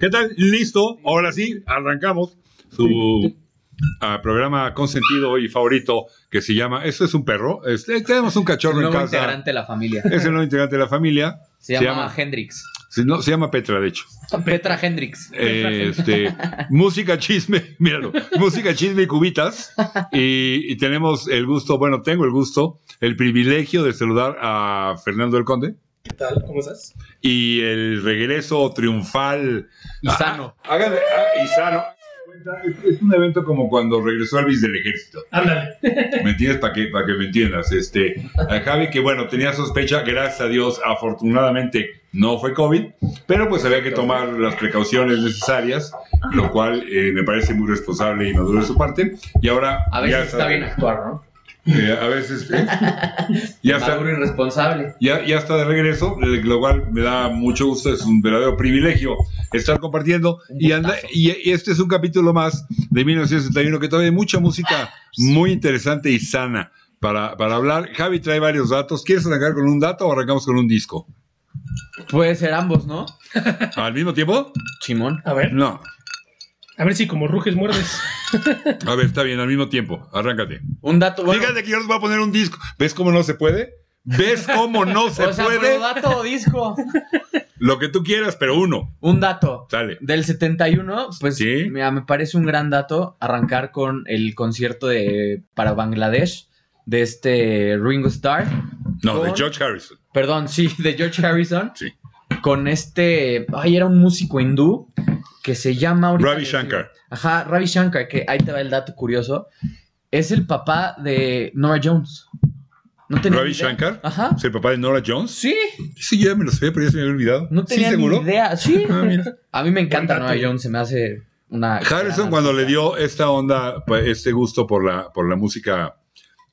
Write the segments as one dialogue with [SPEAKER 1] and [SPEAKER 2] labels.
[SPEAKER 1] ¿Qué tal? Listo, ahora sí, arrancamos su ah, programa consentido y favorito que se llama Esto es un perro. Este, tenemos un
[SPEAKER 2] Es un
[SPEAKER 1] cachorro en
[SPEAKER 2] nuevo
[SPEAKER 1] casa.
[SPEAKER 2] integrante de la familia.
[SPEAKER 1] Es el nuevo integrante de la familia.
[SPEAKER 2] Se llama,
[SPEAKER 1] llama-
[SPEAKER 2] Hendrix.
[SPEAKER 1] Si no, se llama Petra, de hecho.
[SPEAKER 2] Petra Hendrix.
[SPEAKER 1] Eh, este, música, chisme, míralo, música, chisme y cubitas. Y, y tenemos el gusto, bueno, tengo el gusto, el privilegio de saludar a Fernando el Conde
[SPEAKER 3] ¿Qué tal? ¿Cómo estás?
[SPEAKER 1] y el regreso triunfal
[SPEAKER 2] Y sano.
[SPEAKER 1] Háganme, ah, y sano. Es un evento como cuando regresó Elvis del ejército.
[SPEAKER 3] Ándale.
[SPEAKER 1] ¿Me entiendes? Para que, para que me entiendas. Este, a Javi, que bueno, tenía sospecha, gracias a Dios, afortunadamente no fue COVID, pero pues había que tomar las precauciones necesarias, lo cual eh, me parece muy responsable y maduro de su parte. Y ahora.
[SPEAKER 2] A veces
[SPEAKER 1] ya
[SPEAKER 2] está
[SPEAKER 1] sabe-
[SPEAKER 2] bien actuar, ¿no?
[SPEAKER 1] eh, a veces. ¿eh? ya está.
[SPEAKER 2] Maduro y responsable.
[SPEAKER 1] Ya, ya está de regreso, eh, lo cual me da mucho gusto, es un verdadero privilegio estar compartiendo. Y, anda- y- y este es un capítulo más de 1971 que todavía hay mucha música muy interesante y sana para, para hablar. Javi trae varios datos. ¿Quieres arrancar con un dato o arrancamos con un disco?
[SPEAKER 2] Puede ser ambos, ¿no?
[SPEAKER 1] ¿Al mismo tiempo?
[SPEAKER 2] Chimón.
[SPEAKER 3] A ver,
[SPEAKER 1] No.
[SPEAKER 3] a ver si como ruges muerdes.
[SPEAKER 1] A ver, está bien, al mismo tiempo. Arráncate.
[SPEAKER 2] Un dato bueno.
[SPEAKER 1] Fíjate que yo les voy a poner un disco. ¿Ves cómo no se puede? ¿Ves cómo no se
[SPEAKER 2] o sea,
[SPEAKER 1] puede?
[SPEAKER 2] pero dato o disco.
[SPEAKER 1] Lo que tú quieras, pero uno.
[SPEAKER 2] Un dato.
[SPEAKER 1] Sale.
[SPEAKER 2] Del 71, pues
[SPEAKER 1] Sí.
[SPEAKER 2] mira, me parece un gran dato arrancar con el concierto de para Bangladesh de este Ringo Starr.
[SPEAKER 1] No, de
[SPEAKER 2] Con-
[SPEAKER 1] George Harrison.
[SPEAKER 2] Perdón, sí, de George Harrison.
[SPEAKER 1] Sí.
[SPEAKER 2] Con este. Ay, era un músico hindú que se llama ahorita.
[SPEAKER 1] Ravi Shankar.
[SPEAKER 2] Ajá, Ravi Shankar, que ahí te va el dato curioso. Es el papá de Nora Jones. No tenía
[SPEAKER 1] Ravi
[SPEAKER 2] ni idea.
[SPEAKER 1] Shankar.
[SPEAKER 2] Ajá.
[SPEAKER 1] ¿Es el papá de Nora Jones?
[SPEAKER 2] Sí,
[SPEAKER 1] Sí, ya me lo sabía, pero ya se me había olvidado.
[SPEAKER 2] no tenía
[SPEAKER 1] ¿Sí,
[SPEAKER 2] ni
[SPEAKER 1] seguro?
[SPEAKER 2] idea. Sí.
[SPEAKER 1] Ah, mira.
[SPEAKER 2] A mí me encanta
[SPEAKER 3] Buen
[SPEAKER 2] Nora
[SPEAKER 3] dato.
[SPEAKER 2] Jones, se me hace una.
[SPEAKER 1] Harrison,
[SPEAKER 2] gran
[SPEAKER 1] cuando le
[SPEAKER 2] artista.
[SPEAKER 1] dio esta onda, pues, este gusto por la, por la música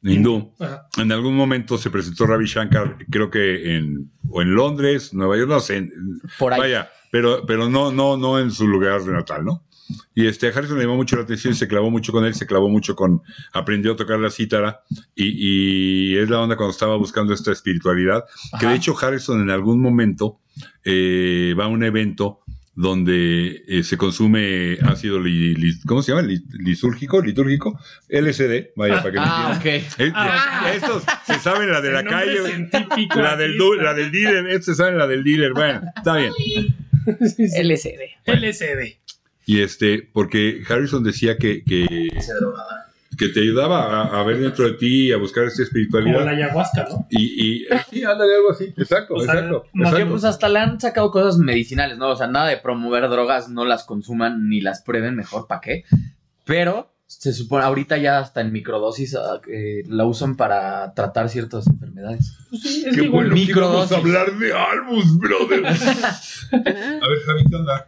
[SPEAKER 1] hindú,
[SPEAKER 3] Ajá.
[SPEAKER 1] en algún momento se presentó Ravi Shankar, creo que en, o en Londres, Nueva York, no sé, en-
[SPEAKER 2] Por ahí.
[SPEAKER 1] vaya, pero, pero no, no, no en su lugar de natal, ¿no? Y este, a Harrison le llamó mucho la atención, se clavó mucho con él, se clavó mucho con, aprendió a tocar la cítara y, y es la onda cuando estaba buscando esta espiritualidad. Que
[SPEAKER 2] Ajá.
[SPEAKER 1] de hecho Harrison en algún momento eh, va a un evento donde eh, se consume ácido, li- li- ¿cómo se llama? Li- lisúrgico, litúrgico, LSD, vaya, para que me
[SPEAKER 2] Ah,
[SPEAKER 1] entiendan.
[SPEAKER 2] ok.
[SPEAKER 1] Eh,
[SPEAKER 3] Ah.
[SPEAKER 1] eh, estos se saben la de la
[SPEAKER 3] El nombre
[SPEAKER 1] calle,
[SPEAKER 3] científico
[SPEAKER 1] la
[SPEAKER 3] aquí
[SPEAKER 1] del, du-
[SPEAKER 3] está.
[SPEAKER 1] la del dealer, estos se saben la del dealer, bueno, está bien.
[SPEAKER 3] Sí, sí.
[SPEAKER 2] LCD.
[SPEAKER 3] LSD.
[SPEAKER 1] Y este, porque Harrison decía que, que, que te ayudaba a, a ver dentro de ti, a buscar esta
[SPEAKER 3] Como la
[SPEAKER 1] espiritualidad.
[SPEAKER 3] ayahuasca, ¿no?
[SPEAKER 1] Y, y sí, ándale algo así. Exacto,
[SPEAKER 3] O sea,
[SPEAKER 1] exacto.
[SPEAKER 3] más
[SPEAKER 2] Que
[SPEAKER 1] exacto.
[SPEAKER 2] pues hasta le han sacado cosas medicinales, ¿no? O sea, nada de promover drogas, no las consuman ni las prueben, mejor para qué. Pero se supone, ahorita ya hasta en microdosis ah, eh, la usan para tratar ciertas enfermedades.
[SPEAKER 3] Pues sí, es
[SPEAKER 1] Qué
[SPEAKER 3] que igual.
[SPEAKER 1] bueno que vamos a
[SPEAKER 2] microdosis.
[SPEAKER 1] hablar de Albus, brother. a ver, Javi, ¿qué onda?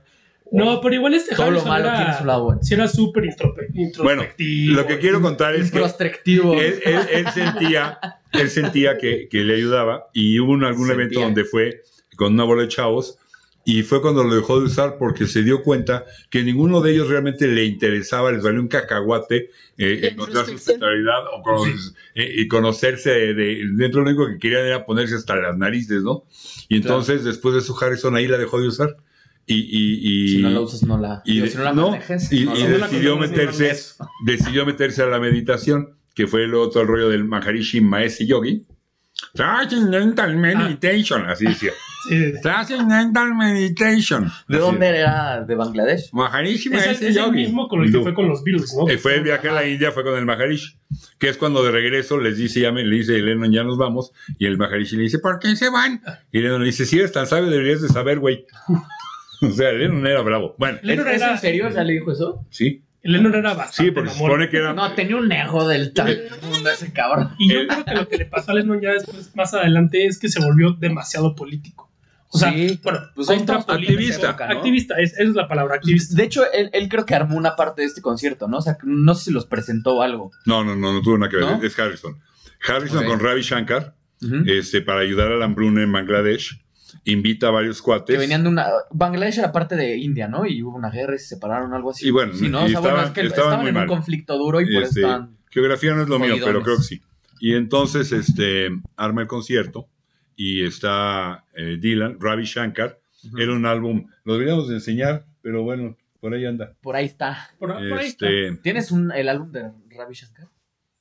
[SPEAKER 3] No, pero igual este
[SPEAKER 2] Todo lo
[SPEAKER 3] Harrison
[SPEAKER 2] malo
[SPEAKER 3] era-
[SPEAKER 2] tiene su lado bueno.
[SPEAKER 3] Sí, era súper intrope- introspectivo.
[SPEAKER 1] Bueno, Lo que quiero contar es que él,
[SPEAKER 2] Prostrectivo.
[SPEAKER 1] él- él sentía, él sentía que, que le ayudaba y hubo un- algún evento
[SPEAKER 2] Sentía.
[SPEAKER 1] donde fue con una bola de chavos y fue cuando lo dejó de usar porque se dio cuenta que ninguno de ellos realmente le interesaba, les valió un cacahuate eh,
[SPEAKER 4] La
[SPEAKER 1] encontrar su
[SPEAKER 4] introspección.
[SPEAKER 1] sexualidad o cono- eh, y conocerse de, dentro. Lo único que querían era ponerse hasta las narices, ¿no? Y entonces después de su Harrison ahí la dejó de usar. Y, y- y-
[SPEAKER 2] si no la usas, no la.
[SPEAKER 1] y
[SPEAKER 2] digo,
[SPEAKER 1] de-
[SPEAKER 2] si no la
[SPEAKER 1] no,
[SPEAKER 2] manejas,
[SPEAKER 1] y-
[SPEAKER 2] no
[SPEAKER 1] y
[SPEAKER 2] la
[SPEAKER 1] de-
[SPEAKER 2] usas.
[SPEAKER 1] decidió meterse- decidió meterse a la meditación, que fue el otro rollo del Maharishi Mahesh Yogi. Transcendental Meditation, así decía.
[SPEAKER 3] Sí, sí, sí.
[SPEAKER 1] Transcendental Meditation. Así
[SPEAKER 2] ¿De dónde
[SPEAKER 1] es.
[SPEAKER 2] era? ¿De Bangladesh?
[SPEAKER 1] Maharishi
[SPEAKER 3] Es, el-
[SPEAKER 1] Mahesh
[SPEAKER 3] es el
[SPEAKER 1] Yogi.
[SPEAKER 3] mismo con el que
[SPEAKER 1] No.
[SPEAKER 3] fue con los Beatles, ¿no?
[SPEAKER 1] Eh, Fue el viaje a la India, fue con el Maharishi, que es cuando de regreso les dice, ya me, le dice Lennon, ya nos vamos, y el Maharishi le dice, ¿por qué se van? Y Lennon le dice, si eres tan sabio, deberías de saber, güey. o sea, Lennon era bravo. Bueno,
[SPEAKER 3] Lennon
[SPEAKER 2] ¿Es
[SPEAKER 3] era,
[SPEAKER 2] en serio? ¿Ya le dijo eso?
[SPEAKER 1] sí,
[SPEAKER 3] Lennon era bastante
[SPEAKER 1] sí, porque se
[SPEAKER 3] mamón.
[SPEAKER 1] supone que era...
[SPEAKER 2] No, tenía un nejo del tal mundo ese cabrón.
[SPEAKER 3] Y yo
[SPEAKER 1] El-
[SPEAKER 3] creo que lo que le pasó a Lennon ya después, más adelante, es que se volvió demasiado político. O sea,
[SPEAKER 2] Sí.
[SPEAKER 3] bueno,
[SPEAKER 2] Pues ahí estamos
[SPEAKER 3] contrapolítico.
[SPEAKER 2] en esa
[SPEAKER 1] activista.
[SPEAKER 2] época, ¿no?
[SPEAKER 3] Activista, es- esa es la palabra, activista.
[SPEAKER 2] De hecho, él, él creo que armó una parte de este concierto, ¿no? O sea, no sé si los presentó o algo.
[SPEAKER 1] No, no, no, no tuvo nada que ver.
[SPEAKER 2] ¿No?
[SPEAKER 1] Es Harrison. Harrison
[SPEAKER 2] Ok.
[SPEAKER 1] con Ravi Shankar,
[SPEAKER 2] Ujú.
[SPEAKER 1] este, para ayudar a la hambruna en Bangladesh, invita a varios cuates.
[SPEAKER 2] que venían de una. Bangladesh era parte de India, ¿no? Y hubo una guerra y se separaron, algo así.
[SPEAKER 1] Y bueno,
[SPEAKER 2] Sí, ¿no?
[SPEAKER 1] y
[SPEAKER 2] O sea, bueno,
[SPEAKER 1] estaban-
[SPEAKER 2] es que el-
[SPEAKER 1] estaban
[SPEAKER 2] estaban,
[SPEAKER 1] muy
[SPEAKER 2] en
[SPEAKER 1] mal.
[SPEAKER 2] un conflicto duro y por eso
[SPEAKER 1] Este,
[SPEAKER 2] estaban.
[SPEAKER 1] Geografía no es lo mío,
[SPEAKER 2] Jodidones.
[SPEAKER 1] pero creo que sí. Y entonces, este, arma el concierto y está eh, Dylan, Ravi Shankar. Era un álbum, lo deberíamos de enseñar. pero bueno, por ahí anda.
[SPEAKER 2] Ah, Por ahí está.
[SPEAKER 3] Por, por ahí está.
[SPEAKER 1] Este,
[SPEAKER 2] ¿Tienes un, el álbum de Ravi Shankar?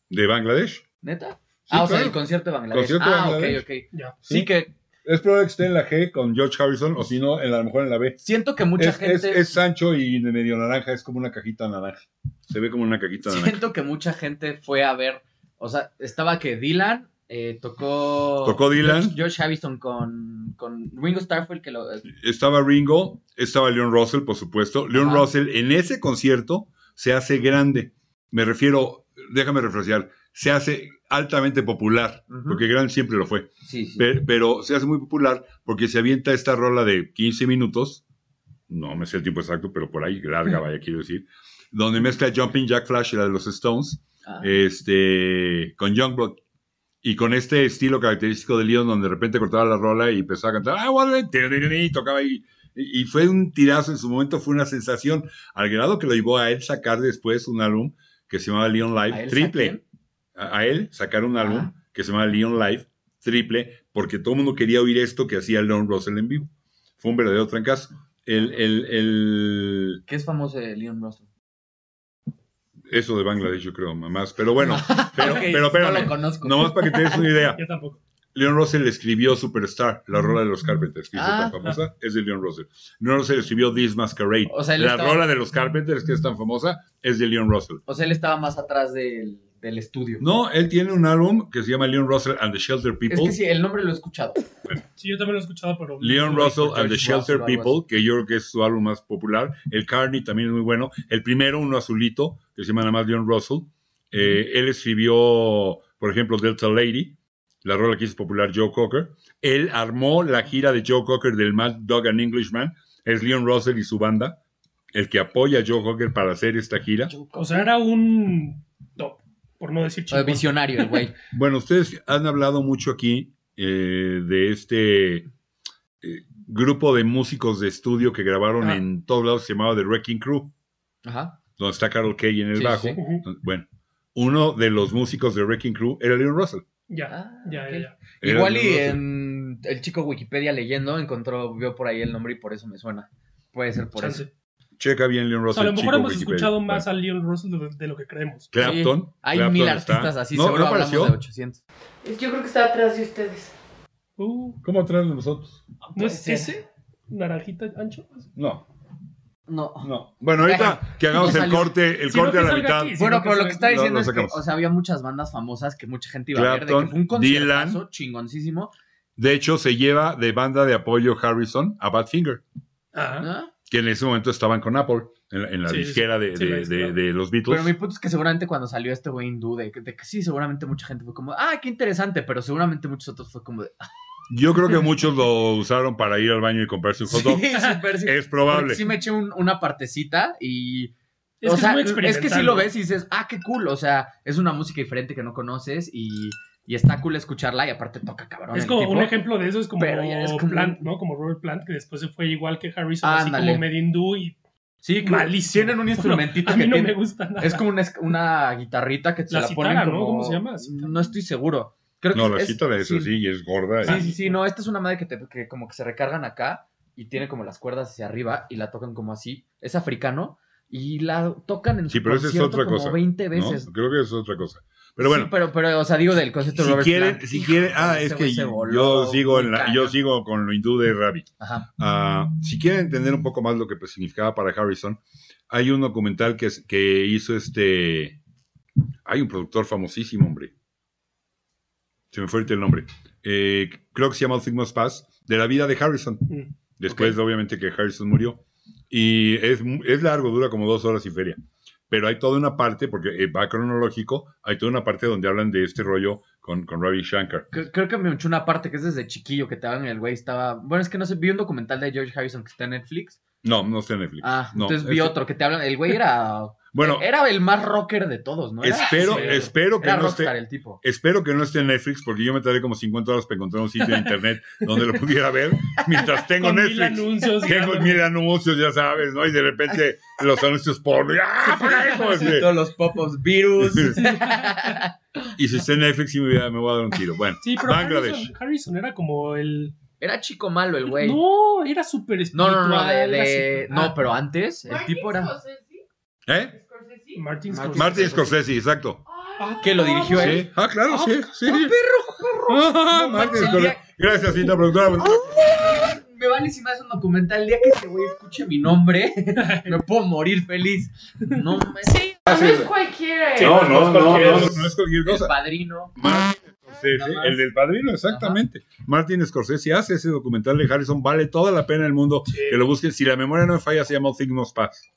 [SPEAKER 1] ¿De Bangladesh?
[SPEAKER 2] ¿Neta?
[SPEAKER 1] Sí,
[SPEAKER 2] ah, o sea,
[SPEAKER 1] claro.
[SPEAKER 2] el concierto de Bangladesh.
[SPEAKER 1] Concierto de
[SPEAKER 2] ah,
[SPEAKER 1] Bangladesh.
[SPEAKER 2] ok, ok.
[SPEAKER 3] Ya.
[SPEAKER 1] Sí.
[SPEAKER 2] Sí que
[SPEAKER 1] Es probable que esté en la G con George Harrison, o si no, en la- a lo mejor en la B.
[SPEAKER 2] siento que mucha
[SPEAKER 1] es,
[SPEAKER 2] gente...
[SPEAKER 1] es- es Sancho y de medio naranja, es como una cajita naranja. Se ve como una cajita naranja.
[SPEAKER 2] Siento que mucha gente fue a ver. O sea, estaba que Dylan eh, tocó.
[SPEAKER 1] Tocó Dylan.
[SPEAKER 2] George- George Harrison con, con Ringo Starr fue el que lo.
[SPEAKER 1] Estaba Ringo, estaba Leon Russell, por supuesto. Leon
[SPEAKER 2] Ajá.
[SPEAKER 1] Russell en ese concierto se hace grande. Me refiero, déjame refrescar, se hace altamente popular,
[SPEAKER 2] Ujú.
[SPEAKER 1] porque grande siempre lo fue.
[SPEAKER 2] Sí, sí.
[SPEAKER 1] Pe- Pero, se hace muy popular porque se avienta esta rola de 15 minutos, no me sé el tiempo exacto, pero por ahí, larga, vaya, quiero decir, donde mezcla Jumping Jack Flash, la de los Stones,
[SPEAKER 2] Ah.
[SPEAKER 1] este, con Youngblood. Y con este estilo característico de Leon, donde de repente cortaba la rola y empezaba a cantar, "Ah, eh, "I wanna be-" y tocaba ahí. Y y fue un tirazo en su momento, fue una sensación, al grado que lo llevó a él sacar después un álbum que se llamaba Leon
[SPEAKER 2] ¿A
[SPEAKER 1] Live,
[SPEAKER 2] él
[SPEAKER 1] triple
[SPEAKER 2] saqué?
[SPEAKER 1] a, a él sacar un
[SPEAKER 2] Ajá.
[SPEAKER 1] álbum que se llama Leon Live triple, porque todo el mundo quería oír esto que hacía Leon Russell en vivo. Fue un verdadero trancazo. El, el, el-
[SPEAKER 2] ¿Qué es famoso de Leon Russell?
[SPEAKER 1] eso de Bangladesh, yo creo, mamás. Pero bueno, pero,
[SPEAKER 2] Ok,
[SPEAKER 1] pero
[SPEAKER 2] No lo
[SPEAKER 1] espérame.
[SPEAKER 2] conozco.
[SPEAKER 1] Nomás para que te des una idea.
[SPEAKER 3] Yo tampoco.
[SPEAKER 1] Leon Russell escribió Superstar, la rola de los Carpenters, que hizo
[SPEAKER 2] Ah.
[SPEAKER 1] tan famosa, es de Leon Russell. Leon Russell escribió This Masquerade.
[SPEAKER 2] O sea, él
[SPEAKER 1] la
[SPEAKER 2] estaba-
[SPEAKER 1] rola de los Carpenters, que es tan famosa, es de Leon Russell.
[SPEAKER 2] O sea, él estaba más atrás del, del estudio.
[SPEAKER 1] No, él tiene un álbum que se llama Leon Russell and the Shelter People.
[SPEAKER 2] Es que sí, el nombre lo he escuchado.
[SPEAKER 3] Sí, yo también lo he escuchado, pero.
[SPEAKER 1] Leon Russell and the
[SPEAKER 2] George
[SPEAKER 1] Shelter
[SPEAKER 2] Russell, algo
[SPEAKER 1] People, que yo creo que es su álbum más popular. El Carney también es muy bueno. El primero, uno azulito, que se llama nada más Leon Russell. Eh, él escribió, por ejemplo, Delta Lady, la rola que hizo popular Joe Cocker. Él armó la gira de Joe Cocker del Mad Dog and Englishman. Es Leon Russell y su banda el que apoya a Joe Cocker para hacer esta gira.
[SPEAKER 3] O sea, era un top, por no decir
[SPEAKER 2] O sea,
[SPEAKER 3] chico.
[SPEAKER 2] Visionario, el güey.
[SPEAKER 1] Bueno, ustedes han hablado mucho aquí eh, de este eh, grupo de músicos de estudio que grabaron
[SPEAKER 2] Ah.
[SPEAKER 1] en todos lados, se llamaba The Wrecking Crew,
[SPEAKER 2] Ajá.
[SPEAKER 1] donde está Carol Kay en el
[SPEAKER 2] Sí,
[SPEAKER 1] bajo.
[SPEAKER 2] sí, sí.
[SPEAKER 3] Ujú,
[SPEAKER 1] Bueno, uno de los músicos de Wrecking Crew era Leon Russell.
[SPEAKER 3] Ya,
[SPEAKER 2] Ah,
[SPEAKER 3] ya, ya,
[SPEAKER 2] ok.
[SPEAKER 3] ya.
[SPEAKER 1] Era
[SPEAKER 2] Igual
[SPEAKER 1] Leon
[SPEAKER 2] y
[SPEAKER 1] Russell.
[SPEAKER 2] en el chico Wikipedia leyendo encontró, vio por ahí el nombre y por eso me suena. Puede ser por
[SPEAKER 3] Chance.
[SPEAKER 2] eso.
[SPEAKER 1] Checa bien Leon
[SPEAKER 3] O
[SPEAKER 1] Russell.
[SPEAKER 3] sea, a lo mejor
[SPEAKER 1] chico
[SPEAKER 3] hemos
[SPEAKER 1] Wikipedia.
[SPEAKER 3] escuchado más a Leon Russell de, de lo que creemos.
[SPEAKER 1] Bueno, Clapton.
[SPEAKER 2] Hay
[SPEAKER 1] Clapton
[SPEAKER 2] mil
[SPEAKER 1] está.
[SPEAKER 2] artistas así,
[SPEAKER 1] no,
[SPEAKER 2] seguro
[SPEAKER 1] no
[SPEAKER 2] hablamos
[SPEAKER 1] apareció.
[SPEAKER 2] de 800.
[SPEAKER 4] Yo creo que está atrás de ustedes.
[SPEAKER 3] Uh,
[SPEAKER 1] ¿Cómo atrás de nosotros?
[SPEAKER 3] ¿No
[SPEAKER 2] Ah, Puede
[SPEAKER 3] es
[SPEAKER 2] ser.
[SPEAKER 3] ese? ¿Naranjita ancho?
[SPEAKER 1] No,
[SPEAKER 2] No.
[SPEAKER 1] no. Bueno, ahorita que hagamos
[SPEAKER 2] No
[SPEAKER 1] el
[SPEAKER 2] salió.
[SPEAKER 1] corte, el
[SPEAKER 3] Si no,
[SPEAKER 1] corte
[SPEAKER 3] que
[SPEAKER 1] a la
[SPEAKER 3] salga
[SPEAKER 1] mitad.
[SPEAKER 3] aquí. Sí,
[SPEAKER 2] Bueno,
[SPEAKER 3] creo que
[SPEAKER 2] pero lo
[SPEAKER 3] sí.
[SPEAKER 2] que está
[SPEAKER 1] Lo- lo
[SPEAKER 2] diciendo es que,
[SPEAKER 1] sacamos.
[SPEAKER 2] o sea, había muchas bandas famosas que mucha gente iba a ver, de
[SPEAKER 1] Clapton,
[SPEAKER 2] que fue un
[SPEAKER 1] Dylan.
[SPEAKER 2] conciertazo chingoncísimo.
[SPEAKER 1] De hecho, se lleva de banda de apoyo Harrison a Badfinger.
[SPEAKER 3] Ajá.
[SPEAKER 2] ¿no?
[SPEAKER 1] que en ese momento estaban con Apple, en la, en la
[SPEAKER 3] Sí, sí,
[SPEAKER 1] disquera de,
[SPEAKER 3] sí,
[SPEAKER 1] de-
[SPEAKER 3] la disquera.
[SPEAKER 1] de- de los
[SPEAKER 2] Pero
[SPEAKER 1] Beatles.
[SPEAKER 2] mi punto es que seguramente cuando salió este güey hindú, de, que- de que sí, seguramente mucha gente fue como, ah, qué interesante, pero seguramente muchos otros fue como de, ah,
[SPEAKER 1] Yo creo que muchos lo usaron para ir al baño y comprarse un hot
[SPEAKER 2] sí,
[SPEAKER 1] dog.
[SPEAKER 2] súper, sí.
[SPEAKER 1] Es
[SPEAKER 2] Porque
[SPEAKER 1] probable.
[SPEAKER 2] sí me eché un- una partecita y...
[SPEAKER 3] Es
[SPEAKER 2] o
[SPEAKER 3] que
[SPEAKER 2] sea,
[SPEAKER 3] es muy
[SPEAKER 2] es,
[SPEAKER 3] experimental.
[SPEAKER 2] que sí lo
[SPEAKER 3] ¿no?
[SPEAKER 2] ves y dices, ah, qué cool, o sea, es una música diferente que no conoces y, y está cool escucharla y aparte toca cabrón
[SPEAKER 3] Es
[SPEAKER 2] el
[SPEAKER 3] como
[SPEAKER 2] tipo.
[SPEAKER 3] un ejemplo de eso, es como,
[SPEAKER 2] Pero ya es como-
[SPEAKER 3] Plant, ¿no? Como Robert Plant, que después se fue igual que Harrison, así
[SPEAKER 2] Ándale.
[SPEAKER 3] como Medindú y
[SPEAKER 2] Sí, que
[SPEAKER 3] malísimo.
[SPEAKER 2] tienen un
[SPEAKER 3] Bueno,
[SPEAKER 2] instrumentito
[SPEAKER 3] a mí
[SPEAKER 2] que
[SPEAKER 3] no
[SPEAKER 2] tiene-
[SPEAKER 3] me gusta nada.
[SPEAKER 2] Es como una, es- una guitarrita que se
[SPEAKER 3] La
[SPEAKER 2] la, ponen
[SPEAKER 3] cítara, ¿no?
[SPEAKER 2] como...
[SPEAKER 3] ¿Cómo se llama? Cítara.
[SPEAKER 2] No estoy seguro. Creo
[SPEAKER 1] No,
[SPEAKER 2] que
[SPEAKER 1] la
[SPEAKER 2] es-
[SPEAKER 1] cita es
[SPEAKER 2] sí.
[SPEAKER 1] así y es gorda.
[SPEAKER 2] Sí, sí, sí, no, esta es una madre que, te- que como que se recargan acá y tiene como las cuerdas hacia arriba y la tocan como así. Es africano y la tocan en
[SPEAKER 1] Sí,
[SPEAKER 2] su
[SPEAKER 1] pero esa es
[SPEAKER 2] concierto
[SPEAKER 1] otra
[SPEAKER 2] como
[SPEAKER 1] cosa,
[SPEAKER 2] 20
[SPEAKER 1] ¿no?
[SPEAKER 2] veces.
[SPEAKER 1] Creo que es otra cosa. Pero bueno,
[SPEAKER 2] Sí, pero, pero, o sea, digo del concierto de
[SPEAKER 1] si
[SPEAKER 2] Robert
[SPEAKER 1] quieren,
[SPEAKER 2] Plant.
[SPEAKER 1] si
[SPEAKER 2] Hijo,
[SPEAKER 1] quieren, ah,
[SPEAKER 2] ese
[SPEAKER 1] es
[SPEAKER 2] güey
[SPEAKER 1] que
[SPEAKER 2] se
[SPEAKER 1] yo,
[SPEAKER 2] voló
[SPEAKER 1] sigo en
[SPEAKER 2] muy
[SPEAKER 1] la-
[SPEAKER 2] cañón.
[SPEAKER 1] yo sigo con lo hindú de Rabbit.
[SPEAKER 2] Ajá.
[SPEAKER 1] Ah, si quieren entender un poco más lo que pues, significaba para Harrison, hay un documental que, es- que hizo este. Hay un productor famosísimo, hombre. Se me fue ahorita el nombre. Eh, creo que se llama Sigmund Pass, de la vida de Harrison.
[SPEAKER 3] Mm.
[SPEAKER 1] Después, obviamente, que Harrison murió. Y es, mu- es largo, dura como dos horas y feria. Pero hay toda una parte, porque eh, va cronológico, hay toda una parte donde hablan de este rollo con, con Ravi Shankar.
[SPEAKER 2] Cre- Creo que me unchó una parte que es desde chiquillo que te hagan el güey estaba... Bueno, es que no sé, vi un documental de George Harrison que está en Netflix.
[SPEAKER 1] No, no está en Netflix.
[SPEAKER 2] Ah,
[SPEAKER 1] No,
[SPEAKER 2] entonces vi
[SPEAKER 1] este-
[SPEAKER 2] otro que te hablan... El güey era...
[SPEAKER 1] Bueno,
[SPEAKER 2] Era el más rocker de todos, ¿no? Era-
[SPEAKER 1] espero,
[SPEAKER 2] sí,
[SPEAKER 1] espero que
[SPEAKER 2] Era
[SPEAKER 1] no esté.
[SPEAKER 2] rockstar el tipo.
[SPEAKER 1] Espero que no esté en Netflix porque yo me tardé como 50 horas para encontrar un sitio en internet donde lo pudiera ver mientras tengo
[SPEAKER 3] Con mil
[SPEAKER 1] Netflix.
[SPEAKER 3] anuncios.
[SPEAKER 1] Tengo mil anuncios, ya sabes, ¿no? Y de repente los anuncios porno. y ¡Ah, para eso,
[SPEAKER 2] Sí,
[SPEAKER 1] este!
[SPEAKER 2] todos los pop-ups, virus.
[SPEAKER 1] Y si está en Netflix, sí me voy a, me voy a dar un tiro. Bueno,
[SPEAKER 3] Sí, pero
[SPEAKER 1] Bangladesh.
[SPEAKER 3] Harrison, Harrison era como el,
[SPEAKER 2] Era chico malo el güey. No,
[SPEAKER 3] No, era súper
[SPEAKER 2] no,
[SPEAKER 3] espiritual.
[SPEAKER 2] no, de,
[SPEAKER 3] era
[SPEAKER 2] de-
[SPEAKER 3] súper-
[SPEAKER 2] no,
[SPEAKER 3] Ah,
[SPEAKER 2] pero antes el tipo era Mm.
[SPEAKER 4] Scorsese?
[SPEAKER 1] ¿Eh?
[SPEAKER 4] Scorsese.
[SPEAKER 3] Martin
[SPEAKER 2] Martin
[SPEAKER 3] Scorsese.
[SPEAKER 1] Martin Scorsese, exacto.
[SPEAKER 4] Ah,
[SPEAKER 2] que lo dirigió él.
[SPEAKER 1] Sí. Ah, claro, sí, sí.
[SPEAKER 2] ¡Ah,
[SPEAKER 1] Ah, Martin
[SPEAKER 2] manches, el día-
[SPEAKER 1] Scorsese. Gracias, cinta productora.
[SPEAKER 2] Me vale si me hace un documental el día que este güey escuche mi nombre, me puedo morir feliz. No me sí.
[SPEAKER 4] No es cualquiera.
[SPEAKER 3] Sí,
[SPEAKER 1] No, no, no,
[SPEAKER 3] no, no es cualquier-
[SPEAKER 1] no, no es cualquier
[SPEAKER 2] El
[SPEAKER 1] cosa.
[SPEAKER 2] padrino.
[SPEAKER 1] Martin Scorsese,
[SPEAKER 2] Ajá.
[SPEAKER 1] el del padrino, exactamente. Martin Scorsese hace ese documental de Harrison, vale toda la pena del mundo
[SPEAKER 3] Sí.
[SPEAKER 1] que lo busquen. Si la memoria no me falla, se llama Signos Paz.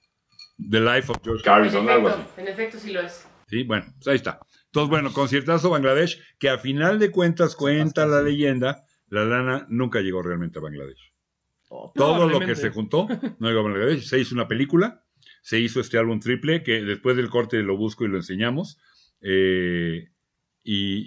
[SPEAKER 1] The Life of George
[SPEAKER 4] En
[SPEAKER 1] Harrison, algo así.
[SPEAKER 4] efecto, en efecto sí lo es.
[SPEAKER 1] Sí, bueno, pues ahí está. Entonces, bueno, conciertazo Bangladesh, que a final de cuentas cuenta la leyenda, la lana nunca llegó realmente a Bangladesh.
[SPEAKER 2] Oh,
[SPEAKER 1] Todo lo que
[SPEAKER 3] Probablemente.
[SPEAKER 1] se juntó no llegó a Bangladesh. Se hizo una película, se hizo este álbum triple, que después del corte lo busco y lo enseñamos. Eh, y,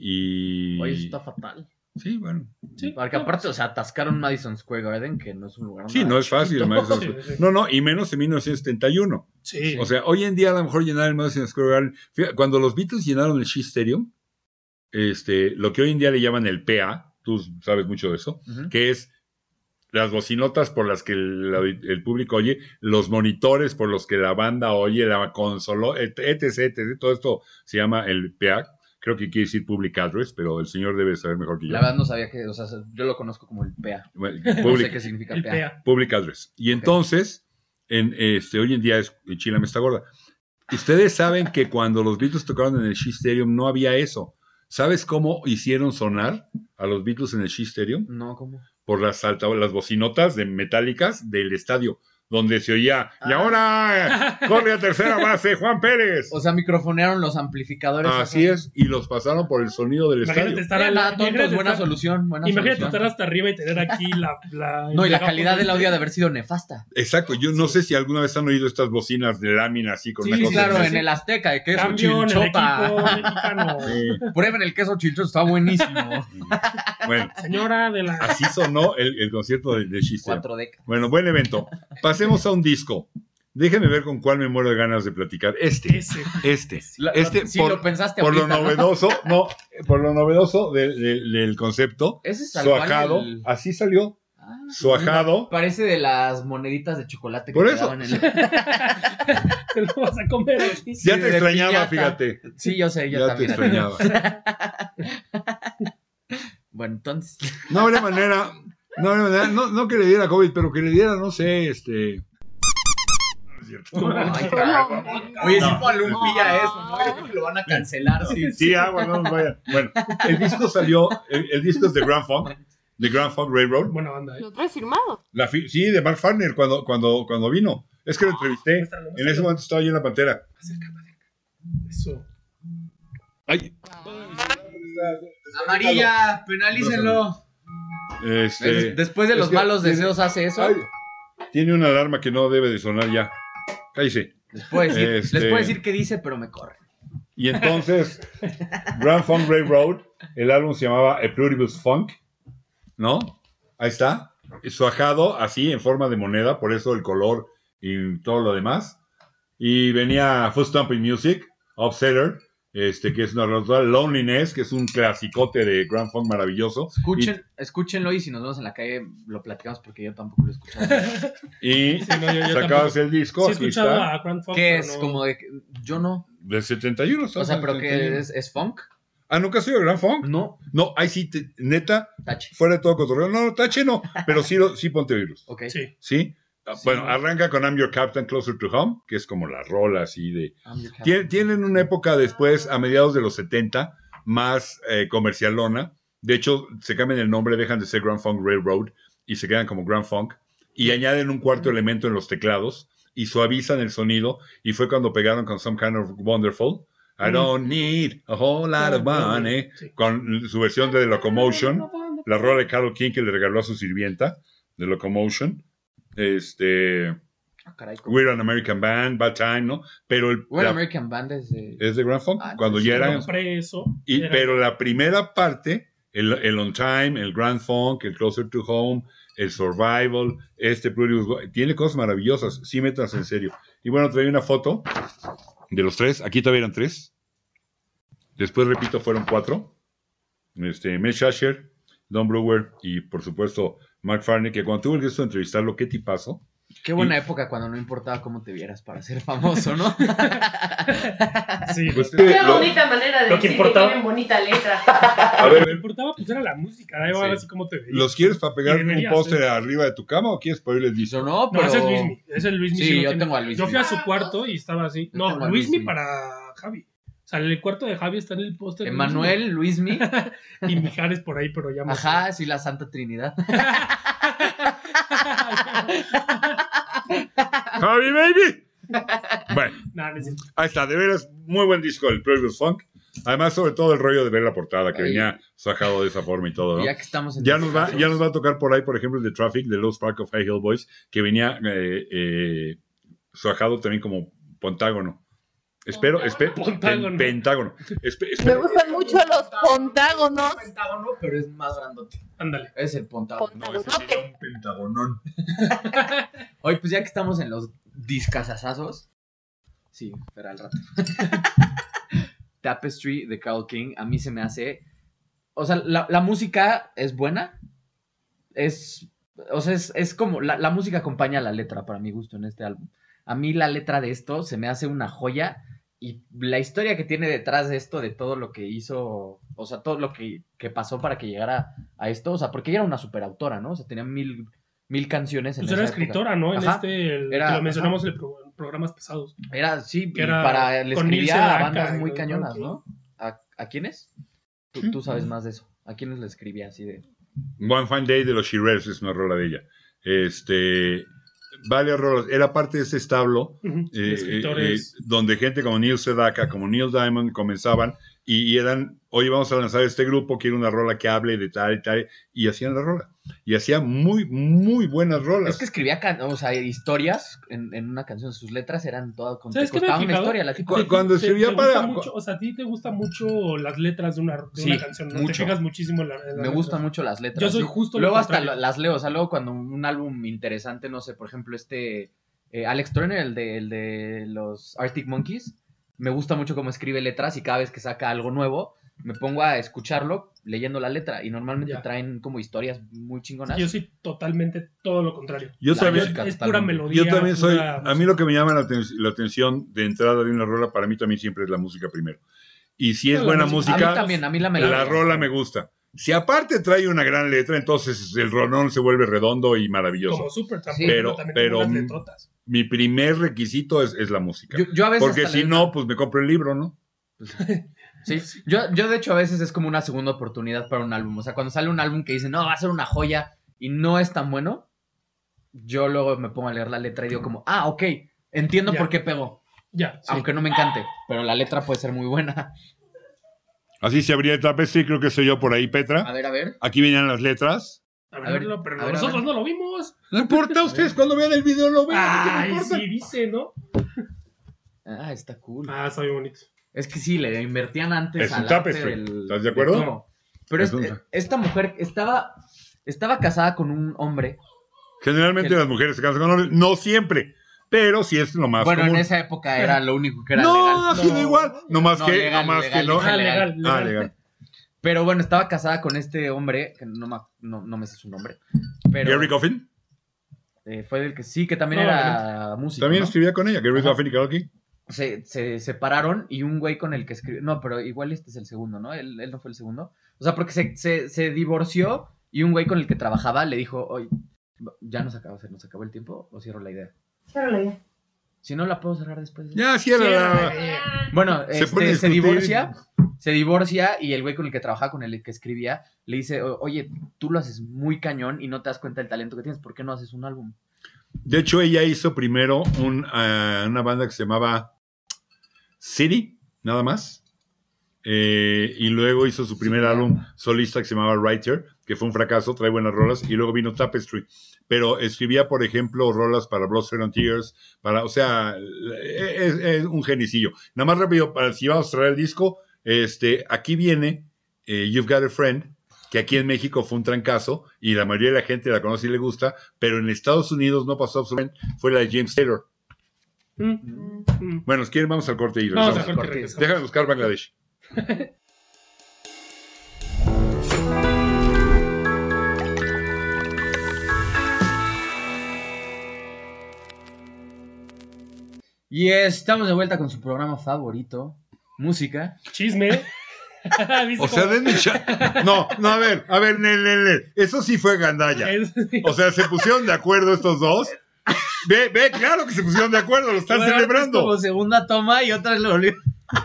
[SPEAKER 1] y-
[SPEAKER 2] Oye, eso está fatal.
[SPEAKER 1] Sí, bueno.
[SPEAKER 3] Sí,
[SPEAKER 2] Porque aparte, o sea, atascaron Madison Square Garden, que no es un lugar
[SPEAKER 1] Sí,
[SPEAKER 2] nada
[SPEAKER 1] no es fácil.
[SPEAKER 2] chiquito.
[SPEAKER 1] Madison
[SPEAKER 3] Sí,
[SPEAKER 1] Square.
[SPEAKER 3] sí.
[SPEAKER 1] No, no, y menos en 1971.
[SPEAKER 3] Sí.
[SPEAKER 1] O sea, hoy en día a lo mejor llenar el Madison Square Garden. fíjate, Cuando los Beatles llenaron el Shea Stadium, este, lo que hoy en día le llaman el PA, tú sabes mucho de eso,
[SPEAKER 2] Ujú.
[SPEAKER 1] que es las bocinotas por las que el, el público oye, los monitores por los que la banda oye, la consola, etc, etc. Todo esto se llama el PA. Creo que quiere decir public address, pero el señor debe saber mejor que yo.
[SPEAKER 2] La verdad no sabía que, o sea, yo lo conozco como el PEA.
[SPEAKER 1] Bueno,
[SPEAKER 2] No
[SPEAKER 1] public-
[SPEAKER 2] sé qué significa
[SPEAKER 3] el
[SPEAKER 2] PEA.
[SPEAKER 3] PEA.
[SPEAKER 1] Public address. Y entonces, en, este, hoy en día es Chile me está gorda. Ustedes saben que cuando los Beatles tocaron en el Shea Stadium no había eso. ¿Sabes cómo hicieron sonar a los Beatles en el Shea Stadium?
[SPEAKER 2] No, ¿cómo?
[SPEAKER 1] Por las, alta- las bocinotas de metálicas del estadio, donde se oía, y
[SPEAKER 2] Ah.
[SPEAKER 1] ahora eh, corre a tercera base Juan Pérez.
[SPEAKER 2] O sea, microfonearon los amplificadores.
[SPEAKER 1] Así es, y los pasaron por el sonido del
[SPEAKER 3] Imagínate
[SPEAKER 1] estadio.
[SPEAKER 3] estar al-
[SPEAKER 2] nada tontos,
[SPEAKER 3] imagínate
[SPEAKER 2] buena
[SPEAKER 3] estar-
[SPEAKER 2] solución, buena
[SPEAKER 3] Imagínate
[SPEAKER 2] solución.
[SPEAKER 3] estar hasta arriba y tener aquí la. la
[SPEAKER 2] No, y la
[SPEAKER 3] el
[SPEAKER 2] calidad del audio ha de
[SPEAKER 3] megáfono.
[SPEAKER 2] haber sido nefasta.
[SPEAKER 1] Exacto, yo no sé si alguna vez han oído estas bocinas de lámina así con
[SPEAKER 3] Sí,
[SPEAKER 1] una
[SPEAKER 2] Sí,
[SPEAKER 1] cosa
[SPEAKER 2] claro,
[SPEAKER 1] así.
[SPEAKER 2] en el Azteca, que es un
[SPEAKER 3] Cambio en el equipo
[SPEAKER 2] chinchopa.
[SPEAKER 3] mexicano.
[SPEAKER 1] Sí.
[SPEAKER 2] Prueben el queso chincho, está buenísimo.
[SPEAKER 1] Bueno,
[SPEAKER 3] Señora de la.
[SPEAKER 1] así sonó el, el concierto de, de Shea Stadium.
[SPEAKER 2] Cuatro décadas.
[SPEAKER 1] Bueno, buen evento. Pasemos a un disco. Déjenme ver con cuál me muero de ganas de platicar. Este,
[SPEAKER 3] Ese.
[SPEAKER 1] este,
[SPEAKER 2] La-
[SPEAKER 1] este,
[SPEAKER 2] sí,
[SPEAKER 1] por,
[SPEAKER 2] lo pensaste
[SPEAKER 1] por lo
[SPEAKER 2] ahorita, ¿no?
[SPEAKER 1] novedoso, no, por lo novedoso de- de- del concepto,
[SPEAKER 2] Ese es tal cual
[SPEAKER 1] suajado,
[SPEAKER 2] el-
[SPEAKER 1] así salió,
[SPEAKER 2] Ah,
[SPEAKER 1] suajado.
[SPEAKER 2] Parece de las moneditas de chocolate que
[SPEAKER 1] Por
[SPEAKER 2] te
[SPEAKER 1] eso.
[SPEAKER 2] daban en el-
[SPEAKER 3] Te lo vas a comer.
[SPEAKER 1] Ya
[SPEAKER 2] sí,
[SPEAKER 1] te
[SPEAKER 2] de
[SPEAKER 1] extrañaba,
[SPEAKER 2] piñata.
[SPEAKER 1] fíjate.
[SPEAKER 2] Sí, yo sé, yo
[SPEAKER 1] Ya te
[SPEAKER 2] también.
[SPEAKER 1] extrañaba.
[SPEAKER 2] Bueno, entonces,
[SPEAKER 1] No habría manera, no habría manera, no, no que le diera COVID, pero que le diera, no sé, este. No es cierto.
[SPEAKER 2] Ay, carajo. oye,
[SPEAKER 1] No.
[SPEAKER 2] si Maluma pilla eso, ¿no? Yo creo que lo van a cancelar. Sí,
[SPEAKER 1] Sí, agua, no nos vaya. Bueno, el disco salió, el, el disco es de Grand Funk, de Grand Funk Railroad.
[SPEAKER 3] Buena banda, ¿eh?
[SPEAKER 5] Lo traes firmado.
[SPEAKER 1] La fi- sí, de Mark Farner cuando, cuando, cuando vino. Es que lo entrevisté.
[SPEAKER 3] Muéstralo,
[SPEAKER 1] En ese
[SPEAKER 3] muéstralo.
[SPEAKER 1] momento estaba yo en la pantera.
[SPEAKER 3] Eso.
[SPEAKER 1] Ay.
[SPEAKER 2] Amarilla, penalícenlo.
[SPEAKER 1] Este,
[SPEAKER 2] Des- Después de
[SPEAKER 1] es
[SPEAKER 2] los
[SPEAKER 1] que- es-
[SPEAKER 2] malos deseos hace eso.
[SPEAKER 1] ay, tiene una alarma que no debe de sonar ya. Cállese.
[SPEAKER 2] Les puedo decir,
[SPEAKER 1] Este-
[SPEAKER 2] les puedo decir qué dice, pero me corre.
[SPEAKER 1] Y entonces, Grand Funk Railroad, el álbum se llamaba A Pluribus Funk, ¿no? Ahí está. Suajado, así, en forma de moneda, por eso el color y todo lo demás. Y venía Foot Stomping Music, Upsetter, este, que es una rola, Loneliness, que es un clasicote de Grand Funk maravilloso.
[SPEAKER 2] Escuchen, escúchenlo y si nos vemos en la calle lo platicamos porque yo tampoco lo he escuchado.
[SPEAKER 1] Y
[SPEAKER 3] Sí, no, yo, yo
[SPEAKER 1] sacabas
[SPEAKER 3] tampoco.
[SPEAKER 1] el disco,
[SPEAKER 3] Sí, he
[SPEAKER 1] aquí
[SPEAKER 3] escuchado
[SPEAKER 1] está,
[SPEAKER 3] a Grand Fox.
[SPEAKER 2] ¿Qué
[SPEAKER 3] pero
[SPEAKER 2] es?
[SPEAKER 3] no-
[SPEAKER 2] Como de que- yo no.
[SPEAKER 1] del 71.
[SPEAKER 2] O sea,
[SPEAKER 1] estamos
[SPEAKER 2] pero
[SPEAKER 1] en el
[SPEAKER 2] que
[SPEAKER 1] 71.
[SPEAKER 2] es, es funk.
[SPEAKER 1] Ah, ¿nunca has oído Grand Funk?
[SPEAKER 2] No,
[SPEAKER 1] No, ahí sí, te- neta,
[SPEAKER 2] tache.
[SPEAKER 1] fuera de todo cotorreo. No, no, tache no, pero sí, lo- sí ponte virus.
[SPEAKER 2] Ok.
[SPEAKER 3] Sí.
[SPEAKER 1] ¿sí? Ah,
[SPEAKER 2] Sí.
[SPEAKER 1] Bueno, arranca con I'm Your Captain Closer to Home, que es como la rola así de...
[SPEAKER 2] I'm your captain.
[SPEAKER 1] Tien- tienen una época después, a mediados de los 70, más eh, comercialona. De hecho, se cambian el nombre, dejan de ser Grand Funk Railroad y se quedan como Grand Funk. Y añaden un cuarto elemento en los teclados y suavizan el sonido. Y fue cuando pegaron con Some Kind of Wonderful. I don't need a whole lot of money.
[SPEAKER 3] Sí.
[SPEAKER 1] Con su versión de The Locomotion la rola de Carol King que le regaló a su sirvienta de Locomotion. Este,
[SPEAKER 2] Ah, caray, como-
[SPEAKER 1] We're an American Band, Bad Time, ¿no? Pero el,
[SPEAKER 2] We're
[SPEAKER 1] la-
[SPEAKER 2] American Band es de-
[SPEAKER 1] es de Grand Funk,
[SPEAKER 2] Ah,
[SPEAKER 1] cuando
[SPEAKER 2] sí,
[SPEAKER 1] ya era.
[SPEAKER 2] no,
[SPEAKER 3] Compré eso.
[SPEAKER 1] y-
[SPEAKER 3] era-
[SPEAKER 1] pero la primera parte, el, el On Time, el Grand Funk, el Closer to Home, el Survival, este Plurius, tiene cosas maravillosas. Sí, metas en serio. Y bueno, trae una foto de los tres. Aquí todavía eran tres. Después, repito, fueron cuatro. Este, Mel Shasher, Don Brewer y, por supuesto, McFarlane, que cuando tuve el gusto de entrevistarlo, qué tipazo.
[SPEAKER 2] Qué buena época cuando no importaba cómo te vieras para ser famoso, ¿no?
[SPEAKER 3] Sí.
[SPEAKER 1] Pues,
[SPEAKER 4] Qué
[SPEAKER 1] lo-
[SPEAKER 4] bonita manera de
[SPEAKER 3] lo que
[SPEAKER 4] decir que
[SPEAKER 3] importaba-
[SPEAKER 4] tienen bonita letra.
[SPEAKER 1] a
[SPEAKER 3] Lo que
[SPEAKER 1] ver,
[SPEAKER 3] importaba pues era la música, da igual
[SPEAKER 2] Sí.
[SPEAKER 3] así como te veía.
[SPEAKER 1] ¿los quieres para pegar un
[SPEAKER 3] Debería
[SPEAKER 1] póster arriba de tu cama o quieres ponerles disco?
[SPEAKER 2] Yo no,
[SPEAKER 3] No,
[SPEAKER 2] pero.
[SPEAKER 3] ese es Luismi. Ese es Luismi.
[SPEAKER 2] Sí,
[SPEAKER 3] lo
[SPEAKER 2] yo
[SPEAKER 3] tiene.
[SPEAKER 2] tengo a Luismi.
[SPEAKER 3] Yo fui a su cuarto y estaba así.
[SPEAKER 2] Yo tengo
[SPEAKER 3] no,
[SPEAKER 2] a
[SPEAKER 3] Luismi
[SPEAKER 2] Luismi.
[SPEAKER 3] para Javi. O sea, el cuarto de Javi está en el póster. de
[SPEAKER 2] Emanuel, Luismi.
[SPEAKER 3] Luismi. Y Mijares por ahí, pero ya más.
[SPEAKER 2] Ajá, sí, la Santa Trinidad.
[SPEAKER 1] ¡Javi Baby! bueno,
[SPEAKER 3] Nah, no es cierto.
[SPEAKER 1] ahí está, de veras, muy buen disco el Previous Funk. Además, sobre todo el rollo de ver la portada que
[SPEAKER 2] Ahí.
[SPEAKER 1] venía sajado de esa forma y todo, ¿no?
[SPEAKER 2] Y ya que estamos en.
[SPEAKER 1] Ya nos, va, ya nos va a tocar por ahí, por ejemplo, el de Traffic de Los Park of High Hill Boys, que venía eh, eh, suajado también como Pentágono. Espero, espero.
[SPEAKER 3] Pontágono.
[SPEAKER 1] Pentágono. Espe-
[SPEAKER 5] Me
[SPEAKER 1] espero-
[SPEAKER 5] gustan mucho los pontágonos.
[SPEAKER 2] pentágono, pero es más grandote.
[SPEAKER 3] Ándale.
[SPEAKER 2] Es el pontágono.
[SPEAKER 1] No, ese sería un pentagonón.
[SPEAKER 2] Hoy, pues ya que estamos en los discasazazos. Sí, espera al rato. Tapestry de Carl King, a mí se me hace. O sea, la, la música es buena. Es. O sea, es, es como. La, la música acompaña a la letra, para mi gusto, en este álbum. A mí la letra de esto se me hace una joya. Y la historia que tiene detrás de esto, de todo lo que hizo. O sea, todo lo que, que pasó para que llegara a esto. O sea, porque ella era una superautora, ¿no? O sea, tenía mil, mil canciones en
[SPEAKER 3] Pues era
[SPEAKER 2] esa época.
[SPEAKER 3] escritora, ¿no? En
[SPEAKER 2] Ajá.
[SPEAKER 3] este. el-
[SPEAKER 2] Era-
[SPEAKER 3] que lo mencionamos en el pro- en programas pasados.
[SPEAKER 2] Era, sí,
[SPEAKER 3] Que
[SPEAKER 2] y
[SPEAKER 3] era
[SPEAKER 2] para le
[SPEAKER 3] con Nils
[SPEAKER 2] escribía a
[SPEAKER 3] Sedaka,
[SPEAKER 2] bandas muy
[SPEAKER 3] ¿no?
[SPEAKER 2] cañonas,
[SPEAKER 3] Sí.
[SPEAKER 2] ¿no? ¿A, a quiénes? Tú, tú sabes más de eso. ¿A quiénes le escribía así de...?
[SPEAKER 1] One Fine Day de los Shirers es una rola de ella. Este. Varias rolas. Era parte de ese establo.
[SPEAKER 3] Ujú.
[SPEAKER 1] eh,
[SPEAKER 3] Escritores.
[SPEAKER 1] eh, eh, donde gente como Neil Sedaka, como Neil Diamond comenzaban y, y eran, oye, vamos a lanzar este grupo, quiero una rola que hable de tal y tal, y hacían la rola. Y hacían muy, muy buenas rolas.
[SPEAKER 3] Pues,
[SPEAKER 2] Es que escribía, can- o sea, historias en, en una canción. Sus letras eran todas... Con,
[SPEAKER 3] ¿Sabes
[SPEAKER 2] te
[SPEAKER 3] qué me he
[SPEAKER 2] contaba una
[SPEAKER 3] fijado?
[SPEAKER 2] historia. La tipa.
[SPEAKER 1] Cu- cuando
[SPEAKER 3] Te-
[SPEAKER 1] escribía
[SPEAKER 3] te gusta
[SPEAKER 1] para...
[SPEAKER 3] mucho- o sea, a ti te gustan mucho las letras de una, de
[SPEAKER 2] Sí,
[SPEAKER 3] una canción. ¿no?
[SPEAKER 2] mucho.
[SPEAKER 3] Te fijas muchísimo en la, en la
[SPEAKER 2] Me
[SPEAKER 3] letra.
[SPEAKER 2] gustan mucho las letras.
[SPEAKER 3] Yo soy justo lo
[SPEAKER 2] Luego hasta
[SPEAKER 3] contrario.
[SPEAKER 2] lo- las leo. O sea, luego cuando un álbum interesante, no sé, por ejemplo, este... eh, Alex Turner, el de, el de los Arctic Monkeys. Me gusta mucho cómo escribe letras y cada vez que saca algo nuevo... Me pongo a escucharlo leyendo la letra y normalmente
[SPEAKER 3] Ya.
[SPEAKER 2] traen como historias muy chingonas.
[SPEAKER 3] Yo soy totalmente todo lo contrario.
[SPEAKER 1] Yo
[SPEAKER 2] La
[SPEAKER 1] también,
[SPEAKER 2] música.
[SPEAKER 3] es
[SPEAKER 2] Catalán.
[SPEAKER 3] pura melodía.
[SPEAKER 1] yo también soy...
[SPEAKER 3] pura
[SPEAKER 1] A mí lo que me llama la, aten- la atención de entrada de una rola, para mí también siempre es la música primero. Y si es
[SPEAKER 3] La
[SPEAKER 1] buena
[SPEAKER 3] música.
[SPEAKER 2] A mí
[SPEAKER 1] música,
[SPEAKER 2] también, a mí la melodía.
[SPEAKER 1] la rola me gusta. Si aparte trae una gran letra, entonces el rolón se vuelve redondo y maravilloso.
[SPEAKER 3] Como Super
[SPEAKER 2] Sí.
[SPEAKER 1] Pero-
[SPEAKER 3] pero, también tiene
[SPEAKER 1] pero-
[SPEAKER 3] unas letrotas.
[SPEAKER 1] Mi primer requisito es, es la música.
[SPEAKER 2] Yo, yo a veces
[SPEAKER 1] Porque
[SPEAKER 2] hasta
[SPEAKER 1] si
[SPEAKER 2] le-
[SPEAKER 1] no, pues me compro el libro, ¿no?
[SPEAKER 2] Sí, yo, yo de hecho a veces es como una segunda oportunidad para un álbum. O sea, cuando sale un álbum que dice, no, va a ser una joya y no es tan bueno, yo luego me pongo a leer la letra y digo como, ah, ok, entiendo
[SPEAKER 3] Ya.
[SPEAKER 2] por qué pegó,
[SPEAKER 3] Ya, sí.
[SPEAKER 2] aunque no me encante, pero la letra puede ser muy buena.
[SPEAKER 1] Así se abría el tapete, creo que soy yo por ahí,
[SPEAKER 2] A
[SPEAKER 1] Petra.
[SPEAKER 2] ver, a ver.
[SPEAKER 1] Aquí venían las letras.
[SPEAKER 3] a
[SPEAKER 2] a ver,
[SPEAKER 3] verlo, pero
[SPEAKER 2] a ver, a
[SPEAKER 3] nosotros
[SPEAKER 2] ver.
[SPEAKER 3] no lo vimos.
[SPEAKER 1] No importa, ustedes cuando vean el video lo vean. ¿a qué
[SPEAKER 3] Ay,
[SPEAKER 1] me importa?
[SPEAKER 3] sí, dice, ¿no?
[SPEAKER 2] Ah, está cool.
[SPEAKER 3] Ah, está bien bonito.
[SPEAKER 2] Es que sí, le invertían antes
[SPEAKER 1] Es un
[SPEAKER 2] al arte
[SPEAKER 1] tapestry,
[SPEAKER 2] del-
[SPEAKER 1] ¿estás de acuerdo?
[SPEAKER 2] todo. Pero
[SPEAKER 1] Es
[SPEAKER 2] este-
[SPEAKER 1] un-
[SPEAKER 2] esta mujer estaba, estaba casada con un hombre
[SPEAKER 1] Generalmente las mujeres se casan con hombres, no siempre, pero sí es lo más
[SPEAKER 2] bueno,
[SPEAKER 1] común.
[SPEAKER 2] en esa época era lo único que era
[SPEAKER 1] no,
[SPEAKER 2] legal.
[SPEAKER 1] ha sido
[SPEAKER 3] No.
[SPEAKER 1] igual. No más
[SPEAKER 2] No,
[SPEAKER 1] que,
[SPEAKER 2] legal,
[SPEAKER 1] no más
[SPEAKER 2] legal,
[SPEAKER 1] que no.
[SPEAKER 2] legal.
[SPEAKER 3] Ah, legal,
[SPEAKER 1] Ah,
[SPEAKER 3] legal.
[SPEAKER 1] legal.
[SPEAKER 2] Pero bueno, estaba casada con este hombre, que no, ma- no, no me sé su nombre. Pero
[SPEAKER 1] Gary Coffin
[SPEAKER 2] eh, fue del que sí, que también
[SPEAKER 3] No,
[SPEAKER 2] era músico.
[SPEAKER 1] también
[SPEAKER 2] ¿no?
[SPEAKER 1] escribía con ella, Gary
[SPEAKER 2] Ajá.
[SPEAKER 1] Coffin y Carol King.
[SPEAKER 2] se, se separaron y un güey con el que escribió. No, pero igual este es el segundo, ¿no? Él, él no fue el segundo. O sea, porque se, se, se divorció y un güey con el que trabajaba le dijo, oye, ya nos acabó, se nos acabó el tiempo, o cierro la idea. Si no, la puedo cerrar después.
[SPEAKER 1] Ya, sí, era la-
[SPEAKER 2] Bueno,
[SPEAKER 1] Se
[SPEAKER 2] este,
[SPEAKER 1] pone a
[SPEAKER 2] se,
[SPEAKER 1] discutir.
[SPEAKER 2] divorcia, se divorcia y el güey con el que trabajaba, con el que escribía, le dice, "O- oye, tú lo haces muy cañón y no te das cuenta del talento que tienes, ¿por qué no haces un álbum?
[SPEAKER 1] De hecho, ella hizo primero un, ah, una banda que se llamaba City, nada más. Eh, y luego hizo su primer
[SPEAKER 2] claro.
[SPEAKER 1] álbum solista que se llamaba Writer, que fue un fracaso, trae buenas rolas. Y luego vino Tapestry. Pero escribía, por ejemplo, rolas para Blood, Sweat and Tears, para, o sea, e-, es, es un genicillo. Nada más rápido, para, si vamos a traer el disco, este, aquí viene eh, You've Got a Friend, que aquí en México fue un trancazo y la mayoría de la gente la conoce y le gusta, pero en Estados Unidos no pasó absolutamente, fue la de James Taylor.
[SPEAKER 3] Mm, mm.
[SPEAKER 1] Bueno, si quieren, vamos al corte y
[SPEAKER 3] Vamos
[SPEAKER 1] regresamos.
[SPEAKER 3] a corte y
[SPEAKER 2] corte.
[SPEAKER 3] regresamos.
[SPEAKER 1] Déjame buscar Bangladesh.
[SPEAKER 2] Y estamos de vuelta con su programa favorito, música.
[SPEAKER 3] Chisme. ¿Viste
[SPEAKER 1] O sea,
[SPEAKER 3] cómo-
[SPEAKER 1] denme cha- No, no, a ver, a ver, Nel, Nel, Nel. Eso sí fue gandalla.
[SPEAKER 3] Es-
[SPEAKER 1] O sea, se pusieron de acuerdo estos dos. Ve, ve, claro que se pusieron de acuerdo, lo están
[SPEAKER 2] Bueno, es Como
[SPEAKER 1] celebrando.
[SPEAKER 2] segunda toma y otra vez lo volvió.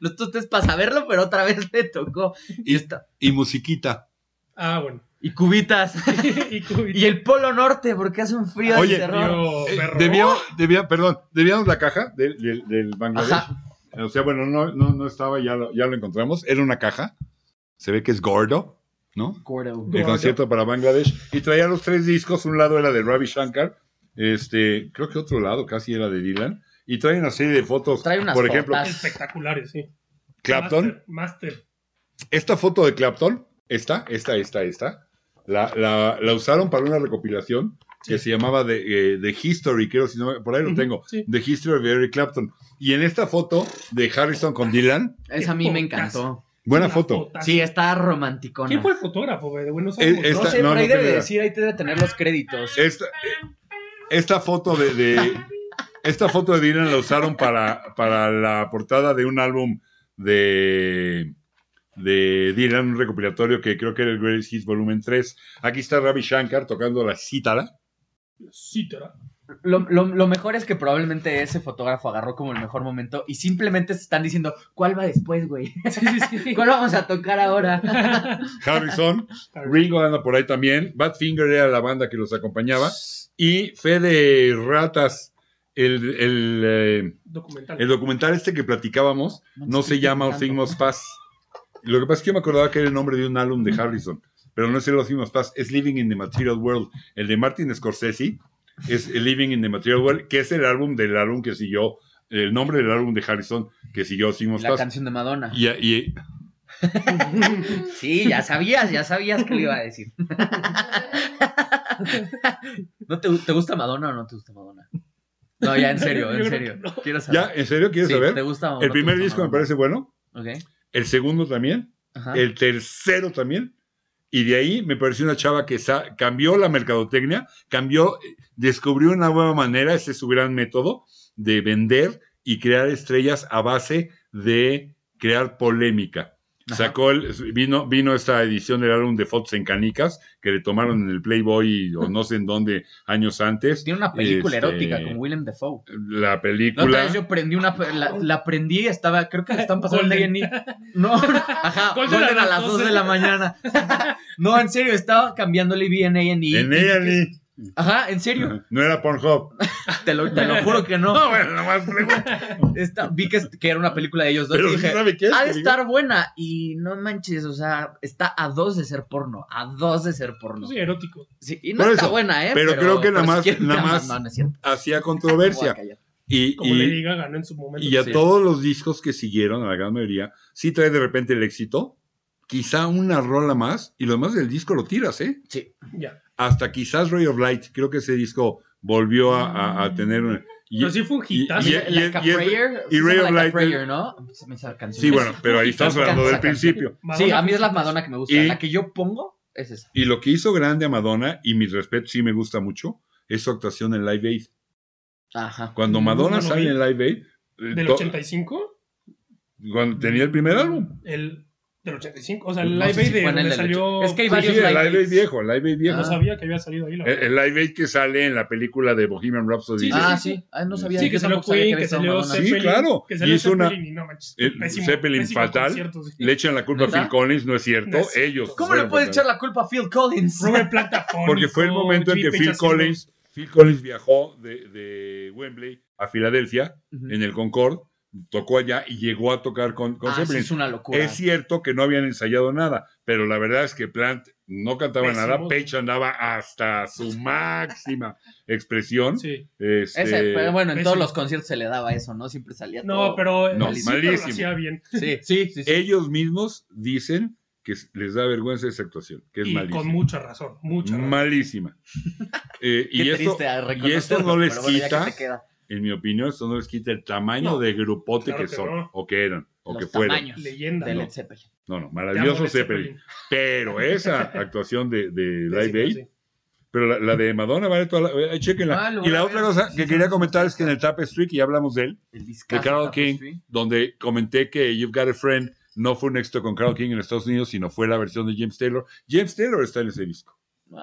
[SPEAKER 2] Los tostes para saberlo, pero otra vez le tocó. Y está.
[SPEAKER 1] Y musiquita.
[SPEAKER 3] Ah, bueno.
[SPEAKER 2] Y cubitas.
[SPEAKER 3] y cu-
[SPEAKER 2] Y el Polo Norte, porque hace un frío
[SPEAKER 1] Oye,
[SPEAKER 2] de terror.
[SPEAKER 3] Tío,
[SPEAKER 1] Eh,
[SPEAKER 3] Oh, perro.
[SPEAKER 1] debíamos, debía- perdón, debíamos la caja del, del- del Bangladesh.
[SPEAKER 2] Ajá.
[SPEAKER 1] O sea, bueno, no, no, no estaba, ya lo, ya lo encontramos. Era una caja. Se ve que es gordo, ¿no?
[SPEAKER 2] Gordo.
[SPEAKER 1] el
[SPEAKER 3] Gordo.
[SPEAKER 1] concierto para Bangladesh y traía los tres discos, un lado era de Ravi Shankar, este, creo que otro lado casi era de Dylan y trae una serie de fotos,
[SPEAKER 2] Trae unas
[SPEAKER 1] por ejemplo,
[SPEAKER 2] fotos.
[SPEAKER 3] Espectaculares, sí.
[SPEAKER 1] Clapton,
[SPEAKER 3] Master. master.
[SPEAKER 1] esta foto de Clapton, esta, esta, esta, esta, la, la- la usaron para una recopilación que se llamaba The, eh, The History, creo, si no, me- por ahí lo
[SPEAKER 3] Ujú,
[SPEAKER 1] tengo,
[SPEAKER 3] sí.
[SPEAKER 1] The History of Eric Clapton. Y en esta foto de Harrison con Dylan,
[SPEAKER 2] Esa a mí me encantó.
[SPEAKER 1] buena
[SPEAKER 3] Una
[SPEAKER 1] foto.
[SPEAKER 3] fotaza.
[SPEAKER 2] Sí, está romanticona.
[SPEAKER 3] ¿Quién fue el fotógrafo, güey? De Buenos
[SPEAKER 1] Eh,
[SPEAKER 3] Aires.
[SPEAKER 1] esta-
[SPEAKER 2] no sé,
[SPEAKER 1] no,
[SPEAKER 2] por ahí
[SPEAKER 1] no tengo
[SPEAKER 2] debe
[SPEAKER 1] idea.
[SPEAKER 2] decir, ahí debe tener los créditos.
[SPEAKER 1] Esta, esta foto de, de- esta foto de Dylan la usaron para, para la portada de un álbum de de Dylan, un recopilatorio que creo que era el Greatest Hits volumen 3. Aquí está Ravi Shankar tocando la cítara.
[SPEAKER 3] Sí, te la-
[SPEAKER 2] Lo, lo- lo mejor es que probablemente ese fotógrafo agarró como el mejor momento y simplemente se están diciendo, ¿cuál va después, güey?
[SPEAKER 3] Sí, sí, sí.
[SPEAKER 2] ¿Cuál vamos a tocar ahora?
[SPEAKER 1] Harrison, Ringo anda por ahí también, Badfinger era la banda que los acompañaba y Fede Ratas el, el, eh,
[SPEAKER 3] Documental.
[SPEAKER 1] el documental este que platicábamos no se llama Nothing Must Pass. Lo que pasa es que yo me acordaba que era el nombre de un álbum de Harrison, pero no es el Nothing Must Pass, es Living in the Material World. El de Martin Scorsese es el Living in the Material World, que es el álbum del álbum que siguió, el nombre del álbum de Harrison que siguió Nothing Must
[SPEAKER 2] La
[SPEAKER 1] Pass.
[SPEAKER 2] canción de Madonna.
[SPEAKER 1] Y, y-
[SPEAKER 2] Sí, ya sabías, ya sabías que le iba a decir. ¿No te, te gusta Madonna o no te gusta Madonna? No, ya en serio, en
[SPEAKER 3] Yo creo
[SPEAKER 2] serio.
[SPEAKER 3] que no.
[SPEAKER 2] Quiero
[SPEAKER 1] ya,
[SPEAKER 2] saber.
[SPEAKER 1] ¿en serio quieres
[SPEAKER 2] Sí, ¿Te
[SPEAKER 1] saber?
[SPEAKER 2] gusta o no
[SPEAKER 1] El
[SPEAKER 2] te
[SPEAKER 1] primer
[SPEAKER 2] gusta
[SPEAKER 1] disco me
[SPEAKER 2] Madonna?
[SPEAKER 1] parece bueno,
[SPEAKER 2] Ok.
[SPEAKER 1] el segundo también,
[SPEAKER 2] Ajá.
[SPEAKER 1] el tercero también. Y de ahí me pareció una chava que sa- cambió la mercadotecnia, cambió, descubrió una nueva manera, ese es su gran método, de vender y crear estrellas a base de crear polémica.
[SPEAKER 2] Ajá.
[SPEAKER 1] Sacó el, vino, vino esta edición del álbum de fotos en canicas que le tomaron en el Playboy o no sé en dónde años antes.
[SPEAKER 2] Tiene una película
[SPEAKER 1] Este,
[SPEAKER 2] erótica con Willem Dafoe.
[SPEAKER 1] La
[SPEAKER 2] La otra
[SPEAKER 1] película.
[SPEAKER 2] vez yo prendí una. pe- La, la prendí, estaba. Creo que la están pasando
[SPEAKER 3] Golden.
[SPEAKER 2] en A&E. No, ajá.
[SPEAKER 3] Golden
[SPEAKER 2] Golden a las 2 de la mañana. No, en serio, estaba cambiándole bien en A&E.
[SPEAKER 1] en ella
[SPEAKER 2] Ajá, en serio.
[SPEAKER 1] No era Pornhub.
[SPEAKER 2] Te lo, te lo juro que no.
[SPEAKER 1] No, bueno, nomás pregunto.
[SPEAKER 2] Esta- vi que, que era una película de ellos dos
[SPEAKER 1] Pero sí
[SPEAKER 2] y dije,
[SPEAKER 1] sabe qué es,
[SPEAKER 2] ha de
[SPEAKER 1] que digo,
[SPEAKER 2] estar buena. Y no manches, o sea, está a dos de ser porno, a dos de ser porno.
[SPEAKER 3] Sí, erótico.
[SPEAKER 2] Sí, y no
[SPEAKER 1] Por
[SPEAKER 2] está
[SPEAKER 1] eso,
[SPEAKER 2] buena, ¿eh?
[SPEAKER 1] pero creo que nada
[SPEAKER 2] si
[SPEAKER 1] más-
[SPEAKER 2] quieren,
[SPEAKER 1] nada
[SPEAKER 2] nada
[SPEAKER 1] más
[SPEAKER 2] No, no es cierto.
[SPEAKER 1] Hacía
[SPEAKER 2] Me voy a
[SPEAKER 1] controversia.
[SPEAKER 2] callar.
[SPEAKER 1] Y,
[SPEAKER 3] Como
[SPEAKER 1] y-
[SPEAKER 3] le diga, ganó en su momento.
[SPEAKER 1] y a
[SPEAKER 2] Sí.
[SPEAKER 1] todos los discos que siguieron, a la gran mayoría, sí trae de repente el éxito, quizá una rola más, y lo demás del disco lo tiras, ¿eh?
[SPEAKER 2] Sí.
[SPEAKER 3] Ya.
[SPEAKER 1] Hasta quizás Ray of Light, creo que ese disco volvió a, a- a tener... una- y-
[SPEAKER 3] Mm. Pero sí fue un
[SPEAKER 1] y-
[SPEAKER 3] hitazo.
[SPEAKER 1] y-
[SPEAKER 2] Like a
[SPEAKER 1] y-
[SPEAKER 2] Prayer.
[SPEAKER 1] y
[SPEAKER 2] se
[SPEAKER 1] Ray of
[SPEAKER 2] llama Like a
[SPEAKER 1] Light-
[SPEAKER 2] Prayer, ¿no? Se me hizo la canción.
[SPEAKER 1] sí, bueno, pero ahí estamos
[SPEAKER 2] Me encanta
[SPEAKER 1] hablando del
[SPEAKER 2] esa
[SPEAKER 1] principio.
[SPEAKER 3] Madonna-
[SPEAKER 2] Sí, a mí es la Madonna que me gusta.
[SPEAKER 1] Y-
[SPEAKER 2] La que yo pongo es esa.
[SPEAKER 1] Y lo que hizo grande a Madonna, y mi respeto sí me gusta mucho, es su actuación en Live Aid.
[SPEAKER 2] Ajá. Ah,
[SPEAKER 1] Cuando
[SPEAKER 3] Mm,
[SPEAKER 1] Madonna
[SPEAKER 3] no lo
[SPEAKER 1] sale
[SPEAKER 3] vi.
[SPEAKER 1] en Live Aid, eh,
[SPEAKER 3] ¿Del
[SPEAKER 1] to-
[SPEAKER 3] 85?
[SPEAKER 1] cuando tenía el primer álbum.
[SPEAKER 3] Mm,
[SPEAKER 1] Pues
[SPEAKER 3] El, del 85. O sea, el
[SPEAKER 2] No
[SPEAKER 3] Live
[SPEAKER 2] sé si
[SPEAKER 3] Aid de
[SPEAKER 2] fue en el
[SPEAKER 3] donde
[SPEAKER 2] del
[SPEAKER 3] salió.
[SPEAKER 2] 80. Es que hay
[SPEAKER 1] Sí,
[SPEAKER 2] varios
[SPEAKER 1] Pues sí, el
[SPEAKER 2] Live
[SPEAKER 1] Live Aid
[SPEAKER 2] Aids.
[SPEAKER 1] viejo, el Live Aid viejo.
[SPEAKER 3] No sabía que había salido ahí. La
[SPEAKER 1] El, el Live Aid que sale en la película de Bohemian Rhapsody.
[SPEAKER 3] Sí, sí,
[SPEAKER 2] Ah,
[SPEAKER 3] sí.
[SPEAKER 2] sí. Ah, no sabía.
[SPEAKER 3] Sí,
[SPEAKER 2] yo
[SPEAKER 3] que salió
[SPEAKER 2] tampoco sabía
[SPEAKER 3] Queen,
[SPEAKER 2] había
[SPEAKER 3] que
[SPEAKER 2] estado
[SPEAKER 3] salió
[SPEAKER 2] Madonna.
[SPEAKER 1] Sí,
[SPEAKER 3] Zeppelin.
[SPEAKER 1] claro.
[SPEAKER 3] Que salió
[SPEAKER 1] Y es una-
[SPEAKER 3] Zeppelin y no manches.
[SPEAKER 1] el
[SPEAKER 3] pésimo-
[SPEAKER 1] Zeppelin
[SPEAKER 3] pésimo
[SPEAKER 1] fatal.
[SPEAKER 3] concierto, sí.
[SPEAKER 1] Le echan la culpa
[SPEAKER 2] ¿Neta?
[SPEAKER 1] a Phil Collins, no es cierto.
[SPEAKER 3] No es cierto.
[SPEAKER 1] Ellos.
[SPEAKER 2] ¿Cómo le
[SPEAKER 1] fueron
[SPEAKER 2] puedes echar
[SPEAKER 1] fatal.
[SPEAKER 2] la culpa a Phil Collins?
[SPEAKER 3] Robert Plantafón.
[SPEAKER 1] Porque fue el momento en que Phil Collins, Phil Collins viajó de, de Wembley a Filadelfia,
[SPEAKER 2] Ujú.
[SPEAKER 1] en el Concord, tocó allá y llegó a tocar con, con
[SPEAKER 2] Ah, sí,
[SPEAKER 1] Zeppelin.
[SPEAKER 2] es una locura.
[SPEAKER 1] Es cierto que no habían ensayado nada, pero la verdad es que Plant no cantaba
[SPEAKER 3] Pésimo.
[SPEAKER 1] nada, Page andaba hasta su máxima expresión.
[SPEAKER 3] Sí.
[SPEAKER 1] Este,
[SPEAKER 2] Ese, pero bueno, en
[SPEAKER 3] ese-
[SPEAKER 2] todos los conciertos se le daba eso, ¿no? Siempre salía
[SPEAKER 3] No,
[SPEAKER 2] todo.
[SPEAKER 3] pero.
[SPEAKER 1] No,
[SPEAKER 3] sí, pero
[SPEAKER 1] malísimo.
[SPEAKER 3] lo hacía bien.
[SPEAKER 2] Sí, sí, sí. sí.
[SPEAKER 1] Ellos mismos dicen que les da vergüenza esa actuación, que es
[SPEAKER 3] Y
[SPEAKER 1] malísima.
[SPEAKER 3] con mucha razón. Mucha razón.
[SPEAKER 1] malísima. Eh,
[SPEAKER 2] Qué
[SPEAKER 1] y, esto,
[SPEAKER 2] triste al
[SPEAKER 1] y esto no
[SPEAKER 2] reconocerlo,
[SPEAKER 1] les
[SPEAKER 2] pero bueno, ya
[SPEAKER 1] quita,
[SPEAKER 2] que te queda
[SPEAKER 1] en mi opinión, esto no les quita el tamaño
[SPEAKER 3] No,
[SPEAKER 1] de grupote
[SPEAKER 3] claro
[SPEAKER 1] que,
[SPEAKER 3] que
[SPEAKER 1] son,
[SPEAKER 3] no.
[SPEAKER 1] o que eran, o
[SPEAKER 2] los
[SPEAKER 1] que fueron.
[SPEAKER 2] tamaños
[SPEAKER 3] Leyenda.
[SPEAKER 2] de
[SPEAKER 1] No.
[SPEAKER 2] Led Zeppelin.
[SPEAKER 1] No, no,
[SPEAKER 3] Te amo,
[SPEAKER 1] maravilloso
[SPEAKER 3] Led
[SPEAKER 1] Zeppelin. Pero esa actuación de, de Live
[SPEAKER 3] Pésimo,
[SPEAKER 1] Aid
[SPEAKER 3] sí.
[SPEAKER 1] Pero la, la de Madonna vale toda la. eh, chéquenla.
[SPEAKER 2] Ah,
[SPEAKER 1] y
[SPEAKER 2] lo voy
[SPEAKER 1] la
[SPEAKER 2] a
[SPEAKER 1] otra
[SPEAKER 2] ver.
[SPEAKER 1] cosa
[SPEAKER 2] Sí,
[SPEAKER 1] que
[SPEAKER 2] sí,
[SPEAKER 1] quería
[SPEAKER 2] sí,
[SPEAKER 1] comentar
[SPEAKER 2] sí,
[SPEAKER 1] es que en el Tapestry, que ya hablamos de él,
[SPEAKER 2] El disco
[SPEAKER 1] de Carol King, donde comenté que You've Got a Friend no fue un éxito con Carol King en Estados Unidos, sino fue la versión de James Taylor. James Taylor está en ese disco.
[SPEAKER 2] Ah.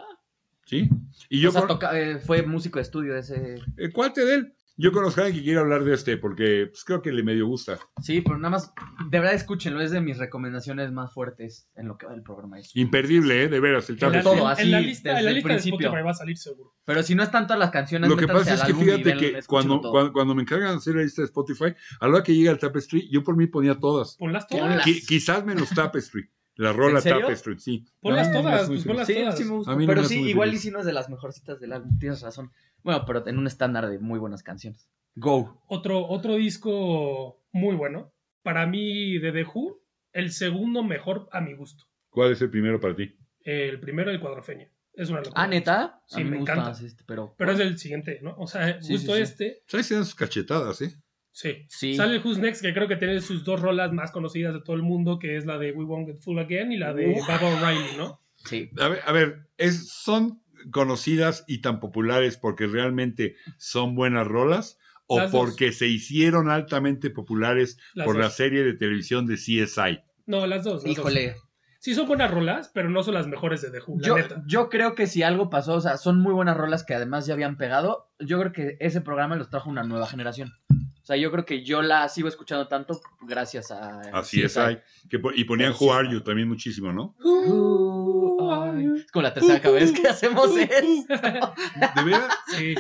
[SPEAKER 1] ¿Sí? Y yo eh,
[SPEAKER 2] o sea,
[SPEAKER 1] con-
[SPEAKER 2] toca- eh, fue músico de estudio ese.
[SPEAKER 1] el cuate de él. Yo conozco a alguien que quiere hablar de este, porque pues, creo que le medio gusta.
[SPEAKER 2] Sí, pero nada más, de verdad escúchenlo, es de mis recomendaciones más fuertes en lo que va del programa. eso.
[SPEAKER 1] Imperdible, ¿eh? De veras, el
[SPEAKER 3] En la-
[SPEAKER 2] Sobre
[SPEAKER 1] Tapestry.
[SPEAKER 2] todo,
[SPEAKER 3] en-
[SPEAKER 2] así,
[SPEAKER 3] en la lista,
[SPEAKER 2] desde
[SPEAKER 3] en la
[SPEAKER 2] el
[SPEAKER 3] lista de
[SPEAKER 2] principio.
[SPEAKER 3] Spotify va a salir seguro.
[SPEAKER 2] Pero si no están todas las canciones,
[SPEAKER 1] Lo que pasa
[SPEAKER 2] métanse al
[SPEAKER 1] es que
[SPEAKER 2] álbum y
[SPEAKER 1] fíjate
[SPEAKER 2] ven-
[SPEAKER 1] que
[SPEAKER 2] escúchenlo
[SPEAKER 1] cuando,
[SPEAKER 2] todo.
[SPEAKER 1] cuando, cuando me encargan de hacer la lista de Spotify, a la hora que llega el Tapestry, yo por mí ponía todas.
[SPEAKER 3] Ponlas
[SPEAKER 2] Ponlas.
[SPEAKER 3] todas.
[SPEAKER 1] Qui- quizás menos Tapestry. La rola
[SPEAKER 2] ¿En serio?
[SPEAKER 1] Tapestry, sí.
[SPEAKER 3] Ponlas
[SPEAKER 1] No, no, no,
[SPEAKER 3] todas,
[SPEAKER 1] no,
[SPEAKER 3] pues
[SPEAKER 1] no.
[SPEAKER 3] ponlas
[SPEAKER 2] Sí,
[SPEAKER 3] todas.
[SPEAKER 2] sí me gusta.
[SPEAKER 1] A mí no
[SPEAKER 2] pero
[SPEAKER 1] me hace
[SPEAKER 2] sí,
[SPEAKER 1] muy
[SPEAKER 2] igual
[SPEAKER 1] feliz.
[SPEAKER 2] y si no es de las mejorcitas del álbum, tienes razón. Bueno, pero en un estándar de muy buenas canciones. Go.
[SPEAKER 3] Otro, otro disco muy bueno. Para mí, de The Who, el segundo mejor a mi gusto.
[SPEAKER 1] ¿Cuál es el primero para ti?
[SPEAKER 3] El primero, el Cuadrofenia. Es una locura.
[SPEAKER 2] Ah, neta.
[SPEAKER 3] Sí,
[SPEAKER 2] a mí
[SPEAKER 3] me
[SPEAKER 2] me gusta
[SPEAKER 3] encanta.
[SPEAKER 2] más este, pero.
[SPEAKER 3] Pero es el siguiente, ¿no? O sea,
[SPEAKER 2] Sí,
[SPEAKER 3] justo
[SPEAKER 2] sí, sí.
[SPEAKER 3] este,
[SPEAKER 1] Ahí se dan sus cachetadas, ¿eh?
[SPEAKER 3] sí.
[SPEAKER 2] Sí.
[SPEAKER 3] Sale el Who's Next, que creo que tiene sus dos rolas más conocidas de todo el mundo, que es la de We Won't Get Full Again y la de
[SPEAKER 2] Uf.
[SPEAKER 3] Baba O'Reilly, ¿no?
[SPEAKER 2] Sí.
[SPEAKER 1] A ver, a ver, es, son conocidas y tan populares porque realmente son buenas rolas o
[SPEAKER 3] Las dos.
[SPEAKER 1] porque se hicieron altamente populares
[SPEAKER 3] Las
[SPEAKER 1] por la
[SPEAKER 3] dos.
[SPEAKER 1] serie de televisión de CSI.
[SPEAKER 3] No, las dos. las dos.
[SPEAKER 2] Híjole.
[SPEAKER 3] Sí son buenas rolas, pero no son las mejores de The Who, la
[SPEAKER 2] Yo,
[SPEAKER 3] neta.
[SPEAKER 2] yo creo que si algo pasó, o sea, son muy buenas rolas que además ya habían pegado. Yo creo que ese programa los trajo una nueva generación. O sea, yo creo que yo la sigo escuchando tanto gracias a.
[SPEAKER 1] A CSI. Que, po- y ponían
[SPEAKER 2] Pero sí,
[SPEAKER 1] Who Are
[SPEAKER 2] sí.
[SPEAKER 1] You también muchísimo, ¿no?
[SPEAKER 2] Uh, Who are you? Es como la tercera vez que hacemos esto.
[SPEAKER 1] De veras,
[SPEAKER 3] Sí,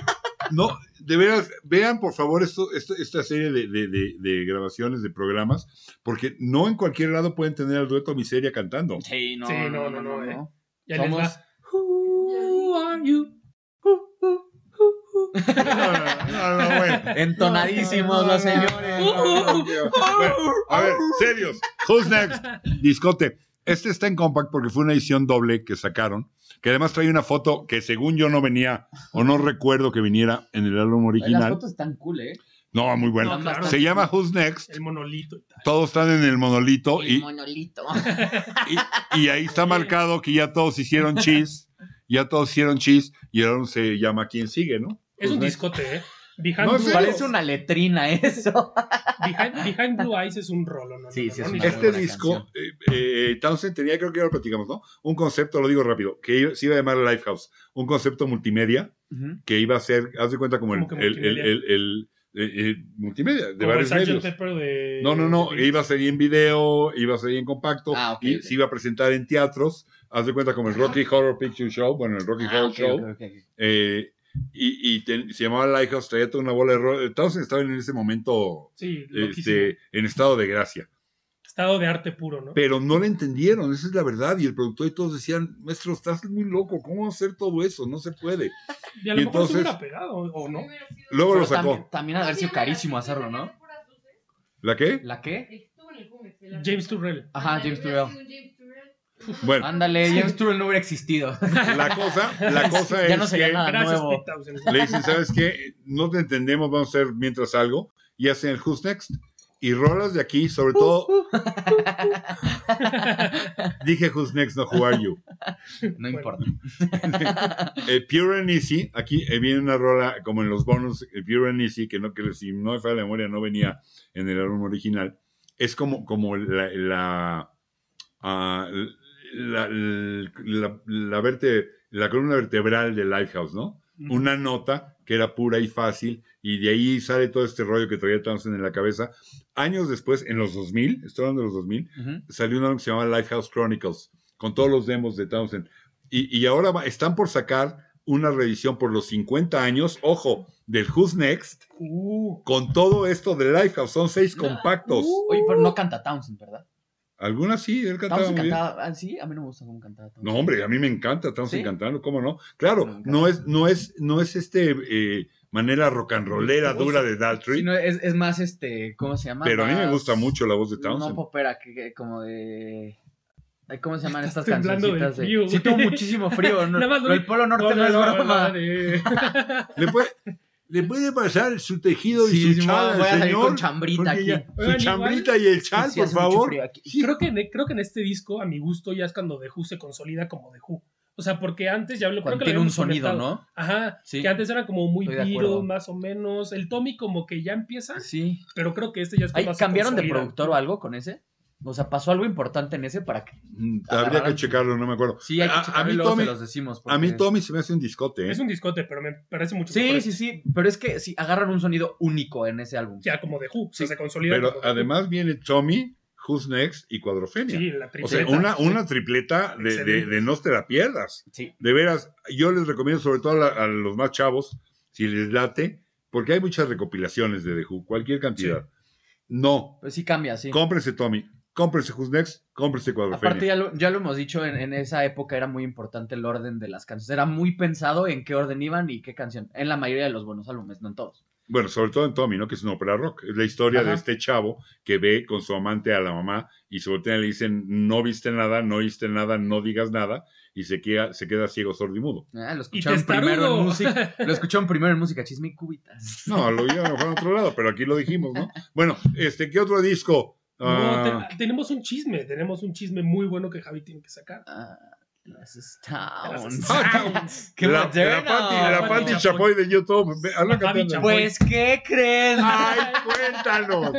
[SPEAKER 1] no, de veras, vean por favor esto, esto- esta serie de, de- de- de grabaciones, de programas, porque no en cualquier lado pueden tener al dueto Miseria cantando.
[SPEAKER 2] Sí, no,
[SPEAKER 3] Sí,
[SPEAKER 2] no, no, no,
[SPEAKER 3] no,
[SPEAKER 2] no,
[SPEAKER 3] eh.
[SPEAKER 2] no.
[SPEAKER 3] ya les
[SPEAKER 2] Somos-
[SPEAKER 3] va. Who are you? Who, who, who, who.
[SPEAKER 1] No, no, no, no, bueno.
[SPEAKER 2] Entonadísimos los señores.
[SPEAKER 1] Bueno, a ver, serios. Who's next? Discote. Este está en compact porque fue una edición doble que sacaron, que además trae una foto que según yo no venía o no recuerdo que viniera en el álbum
[SPEAKER 2] Las
[SPEAKER 1] original.
[SPEAKER 2] fotos están cool, ¿eh?
[SPEAKER 1] No, muy bueno.
[SPEAKER 3] No, claro.
[SPEAKER 1] Se llama Who's Next.
[SPEAKER 3] El monolito y tal.
[SPEAKER 1] Todos están en el monolito
[SPEAKER 5] El
[SPEAKER 1] Oh, y,
[SPEAKER 5] monolito.
[SPEAKER 1] y- y ahí está marcado que ya todos hicieron cheese. Ya todos hicieron cheese y ahora se llama ¿Quién sigue, Pues no?
[SPEAKER 3] Es un
[SPEAKER 1] Who's Next.
[SPEAKER 3] discote, ¿eh? Behind,
[SPEAKER 1] No,
[SPEAKER 3] Blue,
[SPEAKER 1] sí.
[SPEAKER 2] Parece una letrina eso.
[SPEAKER 3] Behind, Behind Blue Eyes es un rolo, ¿no?
[SPEAKER 2] Sí, sí, es
[SPEAKER 3] No,
[SPEAKER 2] una
[SPEAKER 3] no,
[SPEAKER 2] muy
[SPEAKER 1] Este
[SPEAKER 2] buena
[SPEAKER 1] disco, eh, eh, Townsend tenía, creo que ya lo platicamos, ¿no? Un concepto, lo digo rápido, que se iba a llamar Lifehouse, un concepto multimedia que iba a ser, haz de cuenta como el,
[SPEAKER 3] ¿Cómo que
[SPEAKER 1] el, el, el, el- el- el- multimedia de
[SPEAKER 3] Como el
[SPEAKER 1] varios
[SPEAKER 3] Sgt.
[SPEAKER 1] medios.
[SPEAKER 3] Pepper de-
[SPEAKER 1] No, no, no,
[SPEAKER 3] de-
[SPEAKER 1] iba a ser en video, iba a ser en compacto,
[SPEAKER 2] Ah, ok,
[SPEAKER 1] y
[SPEAKER 2] ok.
[SPEAKER 1] se iba a presentar en teatros, haz de cuenta como el Rocky Horror Picture Show, bueno, el Rocky
[SPEAKER 2] Ah,
[SPEAKER 1] Horror
[SPEAKER 2] ok,
[SPEAKER 1] Show,
[SPEAKER 2] ok, ok.
[SPEAKER 1] eh, y, y ten- se llamaba Lifehouse, traía toda una bola de... ro- Townsend estaba en ese momento
[SPEAKER 3] Sí, loquísimo.
[SPEAKER 1] este, en estado de gracia
[SPEAKER 3] Estado de arte puro, ¿no?
[SPEAKER 1] pero no le entendieron, esa es la verdad. Y el productor y todos decían, maestro, estás muy loco, ¿cómo vas a hacer todo eso? No se puede.
[SPEAKER 3] Y a lo
[SPEAKER 1] y
[SPEAKER 3] mejor
[SPEAKER 1] entonces-
[SPEAKER 3] se hubiera pegado, ¿o no?
[SPEAKER 1] Luego
[SPEAKER 2] Pero
[SPEAKER 1] lo sacó.
[SPEAKER 2] también- También ha de haber sido carísimo hacerlo, ¿no?
[SPEAKER 1] ¿La qué?
[SPEAKER 2] ¿La qué?
[SPEAKER 3] James Turrell.
[SPEAKER 2] Ajá, James Turrell.
[SPEAKER 1] Bueno,
[SPEAKER 2] Ándale, James Turrell no hubiera existido.
[SPEAKER 1] la cosa, la cosa es
[SPEAKER 2] Ya no sería
[SPEAKER 1] que
[SPEAKER 2] nada
[SPEAKER 3] Gracias,
[SPEAKER 2] Ah, nuevo.
[SPEAKER 3] Pete Townsend.
[SPEAKER 1] le dicen, ¿sabes qué? No te entendemos, vamos a hacer mientras algo. Y hacen el Who's Next. Y rolas de aquí, sobre todo. Dije Who's Next, no Who Are You.
[SPEAKER 2] No importa.
[SPEAKER 1] Eh, Pure and Easy, aquí eh, viene una rola como en los bonus, eh, Pure and Easy, que, no, que si no me falla la memoria no venía en el álbum original. Es como, como la, la, ah, la, la- la verte- la columna vertebral de Lighthouse, ¿no?
[SPEAKER 3] Mm.
[SPEAKER 1] Una nota que era pura y fácil, y de ahí sale todo este rollo que traía Townsend en la cabeza. Años después, en los 2000, estoy hablando de los 2000,
[SPEAKER 3] Uh.
[SPEAKER 2] Ujú.
[SPEAKER 1] salió un álbum que se llama Lifehouse Chronicles, con todos los demos de Townsend. Y, y ahora va- están por sacar una reedición por los 50 años, ojo, del Who's Next,
[SPEAKER 3] Uh,
[SPEAKER 1] con todo esto de Lifehouse. Son seis
[SPEAKER 2] Ah,
[SPEAKER 1] compactos.
[SPEAKER 2] Oye, pero no canta Townsend, ¿verdad?
[SPEAKER 1] Algunas sí, él cantaba
[SPEAKER 2] Townsend
[SPEAKER 1] muy bien.
[SPEAKER 2] cantaba así. A mí no me gusta cómo cantaba Townsend.
[SPEAKER 1] No, hombre, a mí me encanta Townsend
[SPEAKER 2] ¿Sí?
[SPEAKER 1] cantando, ¿cómo no? Claro,
[SPEAKER 2] Me encanta.
[SPEAKER 1] no es, no es, no es este eh, manera rock and rollera
[SPEAKER 2] Uy,
[SPEAKER 1] dura
[SPEAKER 2] sí.
[SPEAKER 1] de Daltrey,
[SPEAKER 2] Sí, no, es, es más este, ¿cómo se llama?
[SPEAKER 1] pero a mí me
[SPEAKER 2] Más-
[SPEAKER 1] gusta mucho la voz de
[SPEAKER 2] No
[SPEAKER 1] Townsend.
[SPEAKER 2] popera, que, que como de. ay, ¿Cómo se llaman estas
[SPEAKER 3] temblando del
[SPEAKER 2] cancioncitas? de-
[SPEAKER 3] frío,
[SPEAKER 2] Sí,
[SPEAKER 3] güey.
[SPEAKER 2] tengo muchísimo frío. No,
[SPEAKER 3] Nada más lo
[SPEAKER 2] Lo
[SPEAKER 3] vi-
[SPEAKER 2] del Polo Norte no, es broma.
[SPEAKER 3] de-
[SPEAKER 1] le, puede, le puede pasar su tejido y
[SPEAKER 2] Sí,
[SPEAKER 1] su
[SPEAKER 2] sí, me
[SPEAKER 1] chal, al
[SPEAKER 2] voy a salir
[SPEAKER 1] señor.
[SPEAKER 2] con chambrita
[SPEAKER 1] Porque
[SPEAKER 2] aquí.
[SPEAKER 1] ya-
[SPEAKER 3] Oigan,
[SPEAKER 1] su
[SPEAKER 3] igual-
[SPEAKER 1] chambrita y el chal,
[SPEAKER 2] Sí, sí,
[SPEAKER 1] por
[SPEAKER 2] hace mucho
[SPEAKER 1] favor.
[SPEAKER 2] frío aquí.
[SPEAKER 3] Y creo que, en- creo que en este disco, a mi gusto, ya es cuando The Who se consolida como The Who. O sea, porque antes ya lo creo
[SPEAKER 2] Cuando
[SPEAKER 3] que lo
[SPEAKER 2] tiene un
[SPEAKER 3] habíamos
[SPEAKER 2] sonido,
[SPEAKER 3] comentado.
[SPEAKER 2] ¿no?
[SPEAKER 3] Ajá,
[SPEAKER 2] Sí.
[SPEAKER 3] que antes era como muy
[SPEAKER 2] Estoy de
[SPEAKER 3] vivo,
[SPEAKER 2] acuerdo.
[SPEAKER 3] más o menos. El Tommy como que ya empieza,
[SPEAKER 2] Ah, Sí.
[SPEAKER 3] pero creo que este ya está
[SPEAKER 2] Ahí,
[SPEAKER 3] más
[SPEAKER 2] ¿Cambiaron de
[SPEAKER 3] consolidado.
[SPEAKER 2] productor o algo con ese? O sea, ¿pasó algo importante en ese para que...?
[SPEAKER 1] Mm, Habría que
[SPEAKER 2] Agarraron-
[SPEAKER 1] checarlo, no me acuerdo.
[SPEAKER 2] Sí, hay que
[SPEAKER 1] A- a
[SPEAKER 2] checarlo y
[SPEAKER 1] mí
[SPEAKER 2] luego se
[SPEAKER 1] Tommy-
[SPEAKER 2] los decimos.
[SPEAKER 1] A mí
[SPEAKER 2] porque-
[SPEAKER 1] Tommy se me hace un discote, ¿eh?
[SPEAKER 3] Es un discote, pero me parece mucho mejor
[SPEAKER 2] Sí,
[SPEAKER 3] este.
[SPEAKER 2] sí, sí. Pero es que sí, agarran un sonido único en ese álbum.
[SPEAKER 3] Ya como de Who, o
[SPEAKER 2] Sí,
[SPEAKER 3] sea, se consolida.
[SPEAKER 1] Pero
[SPEAKER 3] como The Who.
[SPEAKER 1] además viene Tommy, Who's Next y Cuadrofenia.
[SPEAKER 3] Sí, la
[SPEAKER 1] O sea,
[SPEAKER 3] tripleta.
[SPEAKER 1] una, una tripleta de, de- de no te la pierdas.
[SPEAKER 2] Sí.
[SPEAKER 1] De veras, yo les recomiendo sobre todo a, la- a los más chavos, si les late, porque hay muchas recopilaciones de The Who, cualquier cantidad. No,
[SPEAKER 2] Pues sí cambia, sí.
[SPEAKER 1] cómprese Tommy, cómprese Who's Next, cómprese
[SPEAKER 2] Aparte,
[SPEAKER 1] Cuadrofenia.
[SPEAKER 2] ya lo, ya lo hemos dicho, en, en esa época era muy importante el orden de las canciones. Era muy pensado en qué orden iban y qué canción. En la mayoría de los buenos álbumes, no en todos.
[SPEAKER 1] Bueno, sobre todo en Tommy, ¿no? Que es una ópera rock. Es la historia de
[SPEAKER 2] Ajá.
[SPEAKER 1] este chavo que ve con su amante a la mamá y su voltean y le dicen, no viste nada, no oíste nada, no digas nada, y se queda, se queda ciego, sordo y mudo.
[SPEAKER 2] Ah, lo
[SPEAKER 3] Y
[SPEAKER 2] escucharon
[SPEAKER 3] testarudo.
[SPEAKER 2] primero en música. Lo escucharon primero en música, chisme y cubitas.
[SPEAKER 1] No, lo oyeron a lo mejor en otro lado, pero aquí lo dijimos, ¿no? Bueno, este, ¿qué otro disco?
[SPEAKER 3] No,
[SPEAKER 1] Ah,
[SPEAKER 3] te- tenemos un chisme, tenemos un chisme muy bueno que Javi tiene que sacar.
[SPEAKER 2] Ah, las
[SPEAKER 3] De las
[SPEAKER 2] Stones.
[SPEAKER 3] Stones.
[SPEAKER 2] ¡Qué
[SPEAKER 1] la,
[SPEAKER 2] moderno!
[SPEAKER 1] la Pati, la
[SPEAKER 3] Pati
[SPEAKER 1] Pati
[SPEAKER 3] Chapoy.
[SPEAKER 1] Chapoy de YouTube. Ve, Habla
[SPEAKER 3] La Pati
[SPEAKER 1] cantando.
[SPEAKER 3] Chapoy.
[SPEAKER 2] Pues, ¿qué crees?
[SPEAKER 1] ¡Ay, cuéntanos!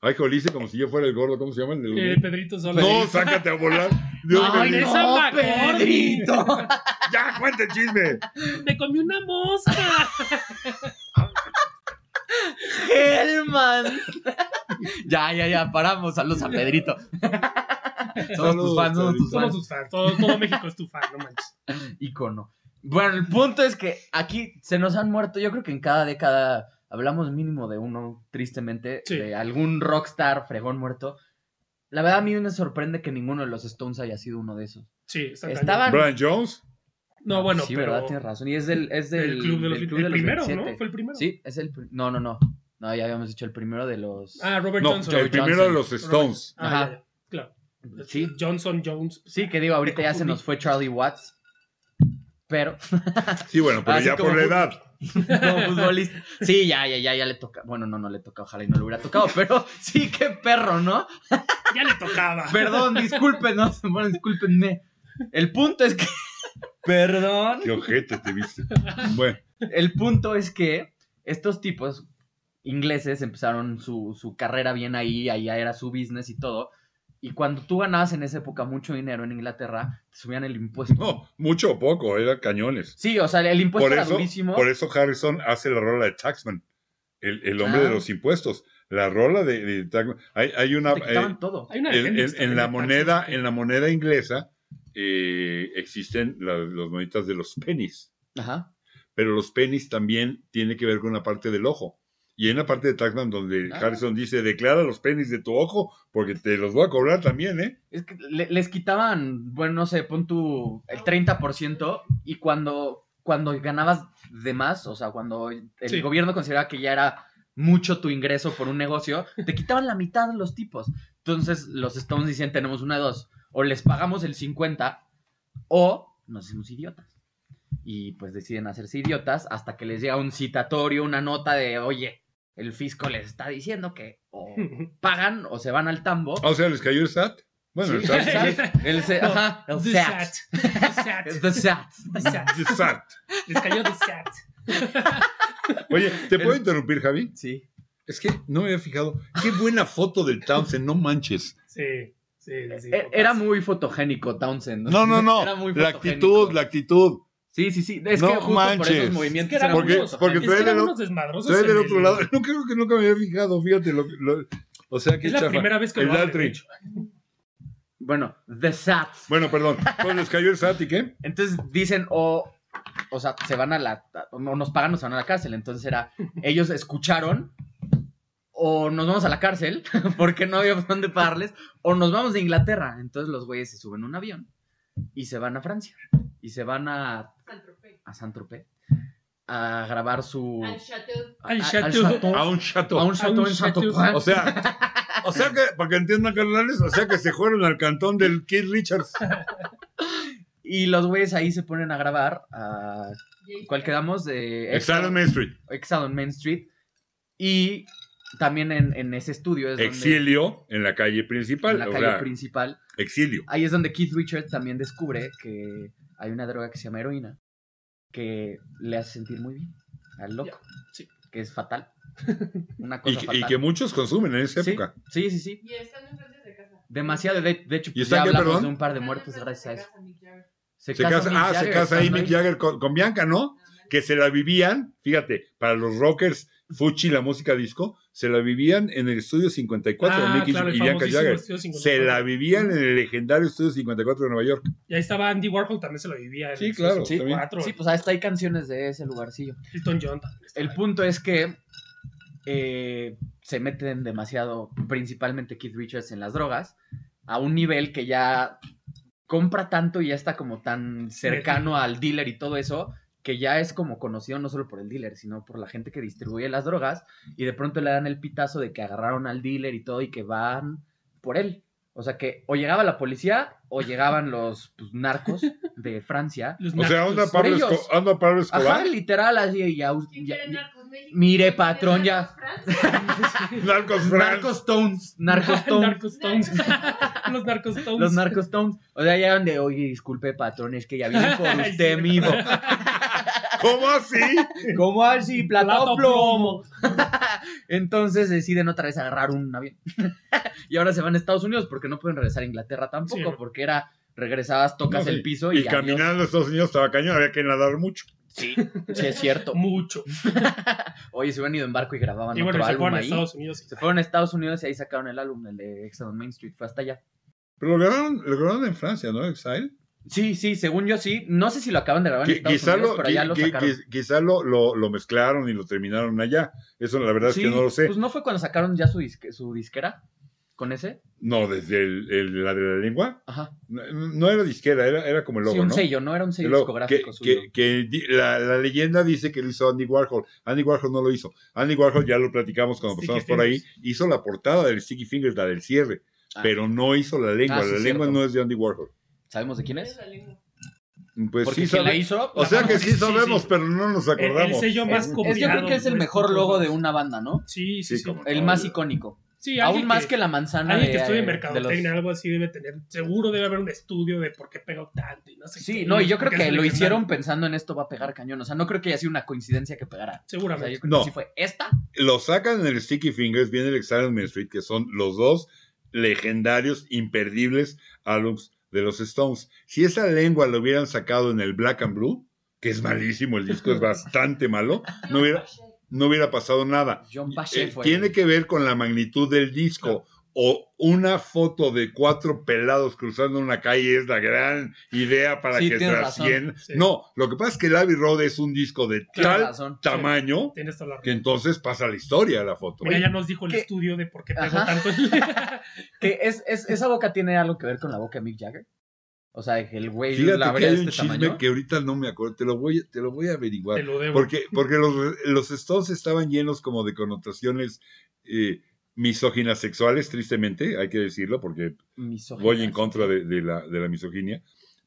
[SPEAKER 1] Ay, jolice, como si yo fuera el gordo, ¿cómo se llama? El de los-
[SPEAKER 3] Eh, Pedrito Sola.
[SPEAKER 1] no, sácate a volar. Dios me
[SPEAKER 2] ¡Ay,
[SPEAKER 1] libre.
[SPEAKER 3] esa
[SPEAKER 2] no,
[SPEAKER 3] Macorni!
[SPEAKER 2] Pedrito!
[SPEAKER 1] Ya, cuente el chisme.
[SPEAKER 3] Me comí una mosca.
[SPEAKER 2] Hellman. ya, ya, ya, paramos. Saludos a Pedrito. somos
[SPEAKER 1] Saludos, Pedrito.
[SPEAKER 2] tus fans, somos tus
[SPEAKER 3] Somos
[SPEAKER 2] fans.
[SPEAKER 3] tus fans. Todo, todo México es tu fan, no manches.
[SPEAKER 2] Icono. Bueno, el punto es que aquí se nos han muerto. Yo creo que en cada década hablamos mínimo de uno, tristemente,
[SPEAKER 3] Sí.
[SPEAKER 2] de algún rockstar fregón muerto. La verdad, a mí me sorprende que ninguno de los Stones haya sido uno de esos.
[SPEAKER 3] Sí, está cañón.
[SPEAKER 2] Estaban.
[SPEAKER 1] Brian Jones.
[SPEAKER 3] No, bueno,
[SPEAKER 2] sí,
[SPEAKER 3] pero.
[SPEAKER 2] verdad, tienes razón. Y es del, es del,
[SPEAKER 3] el club de los,
[SPEAKER 2] del
[SPEAKER 3] el primero,
[SPEAKER 2] 27.
[SPEAKER 3] ¿no? Fue el primero.
[SPEAKER 2] Sí, es el. pri- No, no, no. No, ya habíamos dicho el primero de los.
[SPEAKER 3] Ah, Robert
[SPEAKER 1] No,
[SPEAKER 3] Johnson.
[SPEAKER 1] el
[SPEAKER 2] Joey
[SPEAKER 1] primero de
[SPEAKER 2] Johnson.
[SPEAKER 1] los Stones.
[SPEAKER 3] Ah, ya,
[SPEAKER 2] Ajá.
[SPEAKER 3] ya, Claro.
[SPEAKER 2] sí,
[SPEAKER 3] Johnson Jones.
[SPEAKER 2] Sí, que digo, ahorita ya se nos fue Charlie Watts. Pero,
[SPEAKER 1] Sí, bueno, pero
[SPEAKER 2] Así
[SPEAKER 1] ya
[SPEAKER 2] como
[SPEAKER 1] por la
[SPEAKER 2] fut-
[SPEAKER 1] edad.
[SPEAKER 2] como futbolista. Sí, ya, ya, ya, ya le toca. Bueno, no, no le toca, ojalá y no le hubiera tocado, pero sí, qué perro, ¿no?
[SPEAKER 3] Ya le tocaba.
[SPEAKER 2] Perdón, discúlpenos, bueno, discúlpenme. El punto es que. Perdón.
[SPEAKER 1] Qué ojete te viste. Bueno,
[SPEAKER 2] El punto es que estos tipos ingleses empezaron su, su carrera bien ahí, allá era su business y todo. Y cuando tú ganabas en esa época mucho dinero en Inglaterra, te subían el impuesto.
[SPEAKER 1] no, mucho o poco, eh, eran cañones.
[SPEAKER 2] Sí, o sea, el impuesto
[SPEAKER 1] por
[SPEAKER 2] era
[SPEAKER 1] eso,
[SPEAKER 2] Pues durísimo.
[SPEAKER 1] por eso Harrison hace la rola de Taxman, el, el hombre
[SPEAKER 2] Ah.
[SPEAKER 1] de los impuestos. La rola de, de Taxman. Hay, hay una.
[SPEAKER 2] te quitaban
[SPEAKER 1] eh,
[SPEAKER 2] todo.
[SPEAKER 3] Hay una de
[SPEAKER 1] en- en,
[SPEAKER 3] Hendrix
[SPEAKER 1] en
[SPEAKER 3] también,
[SPEAKER 1] la
[SPEAKER 3] de
[SPEAKER 1] moneda,
[SPEAKER 3] Taxi.
[SPEAKER 1] en la moneda inglesa eh, existen la- las moneditas de los pennies,
[SPEAKER 2] Ajá.
[SPEAKER 1] pero los pennies también tiene que ver con la parte del ojo. Y hay una parte de Taxman donde
[SPEAKER 2] Ah.
[SPEAKER 1] Harrison dice, declara los pennies de tu ojo porque te los voy a cobrar también, ¿eh?
[SPEAKER 2] Es que le- les quitaban, bueno, no sé, pon tu el 30% y cuando, cuando ganabas de más, o sea, cuando el
[SPEAKER 3] Sí.
[SPEAKER 2] gobierno consideraba que ya era mucho tu ingreso por un negocio, te quitaban la mitad de los tipos. Entonces los Stones dicen, tenemos una de dos, o les pagamos el 50 o nos hacemos idiotas. Y pues deciden hacerse idiotas hasta que les llega un citatorio, una nota de, oye, el fisco les está diciendo que o pagan o se van al tambo.
[SPEAKER 1] Ah, O sea, les cayó el SAT. Bueno, el SAT.
[SPEAKER 2] Sí, el SAT. El se-
[SPEAKER 3] No,
[SPEAKER 2] ajá, el
[SPEAKER 3] The
[SPEAKER 2] SAT.
[SPEAKER 3] Sat. The Sat.
[SPEAKER 2] Es The SAT.
[SPEAKER 3] The Sat.
[SPEAKER 1] el SAT.
[SPEAKER 3] Les cayó The Sat.
[SPEAKER 1] Oye, ¿te puedo
[SPEAKER 2] El-
[SPEAKER 1] interrumpir, Javi?
[SPEAKER 2] Sí.
[SPEAKER 1] Es que no me había fijado. Qué buena foto del Townsend, no manches.
[SPEAKER 3] Sí, sí, sí, sí.
[SPEAKER 2] E- Era muy fotogénico Townsend.
[SPEAKER 1] No, no, no.
[SPEAKER 2] Era muy
[SPEAKER 1] La
[SPEAKER 2] fotogénico.
[SPEAKER 1] actitud, la actitud.
[SPEAKER 2] Sí, sí, sí. Es
[SPEAKER 1] No
[SPEAKER 2] que justo por
[SPEAKER 1] manches.
[SPEAKER 2] esos movimientos
[SPEAKER 3] Es que era
[SPEAKER 2] era muy
[SPEAKER 1] Porque-
[SPEAKER 2] fotogénico.
[SPEAKER 1] porque
[SPEAKER 3] Es
[SPEAKER 1] tú
[SPEAKER 3] que
[SPEAKER 1] eres
[SPEAKER 3] eran
[SPEAKER 1] del-
[SPEAKER 3] unos desmadrosos.
[SPEAKER 1] Soy del
[SPEAKER 3] en
[SPEAKER 1] otro
[SPEAKER 3] el-
[SPEAKER 1] lado. No creo que nunca me había fijado, fíjate. Lo, lo- o sea, que
[SPEAKER 3] Es la primera vez que
[SPEAKER 1] El
[SPEAKER 3] lo hablo,
[SPEAKER 1] Daltry.
[SPEAKER 3] de hecho.
[SPEAKER 2] Bueno, The SAT.
[SPEAKER 1] Bueno, perdón. Pues les cayó el SAT y qué.
[SPEAKER 2] Entonces dicen, o. o sea, se van a la. O nos pagan o se van a la cárcel. Entonces era. Ellos escucharon. O nos vamos a la cárcel. Porque no había dónde pagarles. O nos vamos de Inglaterra. Entonces los güeyes se suben a un avión. Y se van a Francia. Y se van a
[SPEAKER 4] San Tropez.
[SPEAKER 2] a Saint-Tropez a grabar su.
[SPEAKER 4] Al Chateau.
[SPEAKER 2] a- a- al
[SPEAKER 3] chateau.
[SPEAKER 2] chateau-
[SPEAKER 1] A un chato.
[SPEAKER 2] A un chateau
[SPEAKER 3] un
[SPEAKER 2] en
[SPEAKER 3] chateau.
[SPEAKER 1] O
[SPEAKER 2] Saint-Tropez.
[SPEAKER 1] sea, o sea que, para que entiendan, carnales, o sea que se fueron al cantón del Keith Richards.
[SPEAKER 2] Y los güeyes ahí se ponen a grabar. A, ¿Cuál quedamos? De
[SPEAKER 1] Exile on Main Street.
[SPEAKER 2] Exile on Main Street. Y también en, en ese estudio es donde-
[SPEAKER 1] Exilio en la calle principal.
[SPEAKER 2] en la
[SPEAKER 1] o
[SPEAKER 2] calle
[SPEAKER 1] sea,
[SPEAKER 2] principal.
[SPEAKER 1] exilio.
[SPEAKER 2] Ahí es donde Keith Richards también descubre que hay una droga que se llama heroína que le hace sentir muy bien al loco.
[SPEAKER 3] sí.
[SPEAKER 2] Que es fatal. Una
[SPEAKER 1] Y,
[SPEAKER 2] cosa
[SPEAKER 1] que- y
[SPEAKER 2] fatal.
[SPEAKER 1] que muchos consumen en esa
[SPEAKER 2] Sí,
[SPEAKER 1] época.
[SPEAKER 2] Sí, sí, sí.
[SPEAKER 4] Y están enfrente de casa.
[SPEAKER 2] Demasiado. De, de hecho,
[SPEAKER 1] ¿Y
[SPEAKER 2] pues
[SPEAKER 1] está
[SPEAKER 2] ya
[SPEAKER 1] qué,
[SPEAKER 2] hablamos
[SPEAKER 1] perdón?
[SPEAKER 2] de un par de
[SPEAKER 4] Están
[SPEAKER 2] muertos
[SPEAKER 4] enfrente
[SPEAKER 2] gracias a
[SPEAKER 4] de
[SPEAKER 2] eso.
[SPEAKER 4] casa, Mick Jagger.
[SPEAKER 1] Se casa,
[SPEAKER 2] Mick
[SPEAKER 1] ah, se
[SPEAKER 2] Jagger
[SPEAKER 1] casa ahí
[SPEAKER 2] estando
[SPEAKER 1] Mick Jagger con, con Bianca, ¿no? Que se la vivían, fíjate, para los rockers, Fuchi, la música disco, se la vivían en el estudio 54 de
[SPEAKER 3] Ah,
[SPEAKER 1] Mick y-
[SPEAKER 3] claro, el
[SPEAKER 1] y Bianca
[SPEAKER 3] famosísimo
[SPEAKER 1] Jagger.
[SPEAKER 3] Estudio 54.
[SPEAKER 1] Se la vivían en el legendario estudio 54 de Nueva York.
[SPEAKER 3] Y ahí estaba Andy Warhol, también se lo vivía. en
[SPEAKER 1] Sí,
[SPEAKER 3] el
[SPEAKER 1] claro,
[SPEAKER 2] Sí,
[SPEAKER 1] también.
[SPEAKER 3] 64,
[SPEAKER 2] Sí, pues hasta hay canciones de ese lugarcillo.
[SPEAKER 3] Elton John también. estaba
[SPEAKER 2] El
[SPEAKER 3] ahí.
[SPEAKER 2] punto es que eh, se meten demasiado, principalmente Keith Richards, en las drogas, a un nivel que ya compra tanto y ya está como tan cercano al dealer y todo eso, que ya es como conocido no solo por el dealer, sino por la gente que distribuye las drogas, y de pronto le dan el pitazo de que agarraron al dealer y todo y que van por él. O sea que o llegaba la policía o llegaban los pues, narcos de Francia.
[SPEAKER 3] Los
[SPEAKER 1] O sea,
[SPEAKER 3] Narcos.
[SPEAKER 1] anda Pablo,
[SPEAKER 2] ellos.
[SPEAKER 1] Esco- anda Pablo Escobar.
[SPEAKER 2] Ajá, literal, así y ya-
[SPEAKER 4] ¿Quién
[SPEAKER 2] ya-
[SPEAKER 4] quiere Narcos México?
[SPEAKER 2] Mire,
[SPEAKER 4] ¿Quién quiere
[SPEAKER 2] patrón, ya.
[SPEAKER 4] Narcos Francia?
[SPEAKER 1] Narcos Franco.
[SPEAKER 2] Narcos Tones, Narcos Tones,
[SPEAKER 3] Narcos Stones. Los Narcos Stones.
[SPEAKER 2] los Narcos Tones. O sea, llegan de, oye, disculpe, patrón, es que ya viene por
[SPEAKER 3] Ay,
[SPEAKER 2] usted,
[SPEAKER 3] sí.
[SPEAKER 2] mijo.
[SPEAKER 1] ¿Cómo así?
[SPEAKER 2] ¿Cómo así? Plata
[SPEAKER 3] Plato
[SPEAKER 2] o plomo. Entonces deciden otra vez agarrar un avión. y ahora se van a Estados Unidos porque no pueden regresar a Inglaterra tampoco,
[SPEAKER 3] Sí.
[SPEAKER 2] porque era, regresabas, tocas
[SPEAKER 1] No, sí.
[SPEAKER 2] el piso y,
[SPEAKER 1] Y
[SPEAKER 2] adiós.
[SPEAKER 1] caminando a Estados Unidos estaba cañón, había que nadar mucho.
[SPEAKER 2] Sí, sí, es cierto.
[SPEAKER 3] Mucho.
[SPEAKER 2] Oye, se hubieran ido en barco y grababan
[SPEAKER 3] y bueno, y
[SPEAKER 2] otro
[SPEAKER 3] se
[SPEAKER 2] álbum
[SPEAKER 3] fueron a
[SPEAKER 2] ahí.
[SPEAKER 3] Estados Unidos.
[SPEAKER 2] Se fueron a Estados Unidos y ahí sacaron el álbum, el de Exxon Main Street, fue hasta allá.
[SPEAKER 1] Pero lo grabaron, lo grabaron en Francia, ¿no? Exile.
[SPEAKER 2] Sí, sí, según yo sí. No sé si lo acaban de grabar en
[SPEAKER 1] Qui-
[SPEAKER 2] Estados
[SPEAKER 1] quizá
[SPEAKER 2] Unidos,
[SPEAKER 1] lo,
[SPEAKER 2] pero allá
[SPEAKER 1] qui-
[SPEAKER 2] lo
[SPEAKER 1] qui-
[SPEAKER 2] sacaron.
[SPEAKER 1] qui- quizá lo, lo- lo mezclaron y lo terminaron allá. Eso la verdad
[SPEAKER 2] Sí,
[SPEAKER 1] es que no lo sé.
[SPEAKER 2] Pues no fue cuando sacaron ya su, disque- su disquera con ese.
[SPEAKER 1] No, desde el- el- la de la lengua.
[SPEAKER 2] Ajá.
[SPEAKER 1] No, no era disquera, era, era como el logo,
[SPEAKER 2] sí, un
[SPEAKER 1] ¿no?
[SPEAKER 2] sello, no era un sello
[SPEAKER 1] El logo,
[SPEAKER 2] discográfico
[SPEAKER 1] que,
[SPEAKER 2] suyo.
[SPEAKER 1] que- que di- la, la leyenda dice que lo hizo Andy Warhol. Andy Warhol no lo hizo. Andy Warhol, ya lo platicamos cuando
[SPEAKER 3] Sticky
[SPEAKER 1] pasamos por ahí, hizo la portada del Sticky Fingers, la del cierre,
[SPEAKER 2] Ah.
[SPEAKER 1] pero no hizo la lengua.
[SPEAKER 2] Ah, sí,
[SPEAKER 1] la lengua
[SPEAKER 2] cierto.
[SPEAKER 1] no es de Andy Warhol.
[SPEAKER 2] ¿Sabemos de quién
[SPEAKER 4] Es
[SPEAKER 2] es?
[SPEAKER 4] la lengua.
[SPEAKER 1] Pues
[SPEAKER 2] Porque
[SPEAKER 1] sí,
[SPEAKER 2] quien la
[SPEAKER 1] sabe-
[SPEAKER 2] hizo.
[SPEAKER 1] o sea
[SPEAKER 2] la-
[SPEAKER 1] que
[SPEAKER 3] mano,
[SPEAKER 1] sí,
[SPEAKER 3] sí, sí,
[SPEAKER 1] sabemos,
[SPEAKER 3] sí.
[SPEAKER 1] pero no nos
[SPEAKER 3] El,
[SPEAKER 1] acordamos.
[SPEAKER 3] el sello más
[SPEAKER 1] Es-
[SPEAKER 3] copiado.
[SPEAKER 2] es, yo creo que es el
[SPEAKER 3] güey,
[SPEAKER 2] mejor
[SPEAKER 3] por
[SPEAKER 2] logo
[SPEAKER 3] todos
[SPEAKER 2] de
[SPEAKER 3] lados.
[SPEAKER 2] una banda, ¿no?
[SPEAKER 3] Sí, sí,
[SPEAKER 1] Sí,
[SPEAKER 3] sí.
[SPEAKER 1] como-
[SPEAKER 2] El
[SPEAKER 1] No,
[SPEAKER 2] más
[SPEAKER 1] yo-
[SPEAKER 2] icónico.
[SPEAKER 3] Sí,
[SPEAKER 2] Aún
[SPEAKER 3] alguien
[SPEAKER 2] más
[SPEAKER 3] que-
[SPEAKER 2] que la manzana.
[SPEAKER 3] Alguien
[SPEAKER 2] de-
[SPEAKER 3] que
[SPEAKER 2] eh,
[SPEAKER 3] estudie
[SPEAKER 2] de
[SPEAKER 3] mercadotecnia,
[SPEAKER 2] los-
[SPEAKER 3] algo así, debe tener. Seguro debe haber un estudio de por qué pegó tanto y no sé
[SPEAKER 2] Sí,
[SPEAKER 3] qué,
[SPEAKER 2] no, y yo creo
[SPEAKER 3] por qué
[SPEAKER 2] que
[SPEAKER 3] es
[SPEAKER 2] lo
[SPEAKER 3] legendario.
[SPEAKER 2] hicieron pensando en esto va a pegar cañón. O sea, no creo que haya sido una coincidencia que pegara. O sea,
[SPEAKER 3] Seguramente.
[SPEAKER 2] yo creo
[SPEAKER 1] No.
[SPEAKER 2] que sí fue esta.
[SPEAKER 1] lo sacan en el Sticky Fingers, viene el Exile on Main Street, que son los dos legendarios, imperdibles álbums de los Stones. Si esa lengua lo hubieran sacado en el Black and Blue, que es malísimo, el disco es bastante malo, no hubiera, no hubiera pasado nada.
[SPEAKER 2] John Pache
[SPEAKER 1] Eh,
[SPEAKER 2] fue.
[SPEAKER 1] tiene que ver con la magnitud del disco. O una foto de cuatro pelados cruzando una calle es la gran idea para
[SPEAKER 2] Sí,
[SPEAKER 1] que
[SPEAKER 2] tienes razón.
[SPEAKER 1] trascienda.
[SPEAKER 3] Sí.
[SPEAKER 1] No, lo que pasa es que el Abbey Road es un disco de
[SPEAKER 2] Tiene
[SPEAKER 1] tal
[SPEAKER 2] razón.
[SPEAKER 1] tamaño
[SPEAKER 3] Tienes toda la razón.
[SPEAKER 1] que entonces pasa la historia la foto.
[SPEAKER 3] Mira, ya nos dijo el
[SPEAKER 2] ¿Qué?
[SPEAKER 3] estudio de por qué pegó
[SPEAKER 2] Ajá.
[SPEAKER 3] tanto.
[SPEAKER 2] Que es, es- esa boca tiene algo que ver con la boca de Mick Jagger. O sea, que el güey la
[SPEAKER 1] Fíjate que
[SPEAKER 2] abría
[SPEAKER 1] hay
[SPEAKER 2] de
[SPEAKER 1] un
[SPEAKER 2] este
[SPEAKER 1] chisme
[SPEAKER 2] tamaño.
[SPEAKER 1] que ahorita no me acuerdo, te lo voy, te lo voy a
[SPEAKER 3] Te
[SPEAKER 1] averiguar.
[SPEAKER 3] lo debo.
[SPEAKER 1] Porque, porque los, los Stones estaban llenos como de connotaciones eh, misóginas sexuales, tristemente, hay que decirlo, porque
[SPEAKER 2] Misógino.
[SPEAKER 1] voy en contra de, de la, de la misoginia.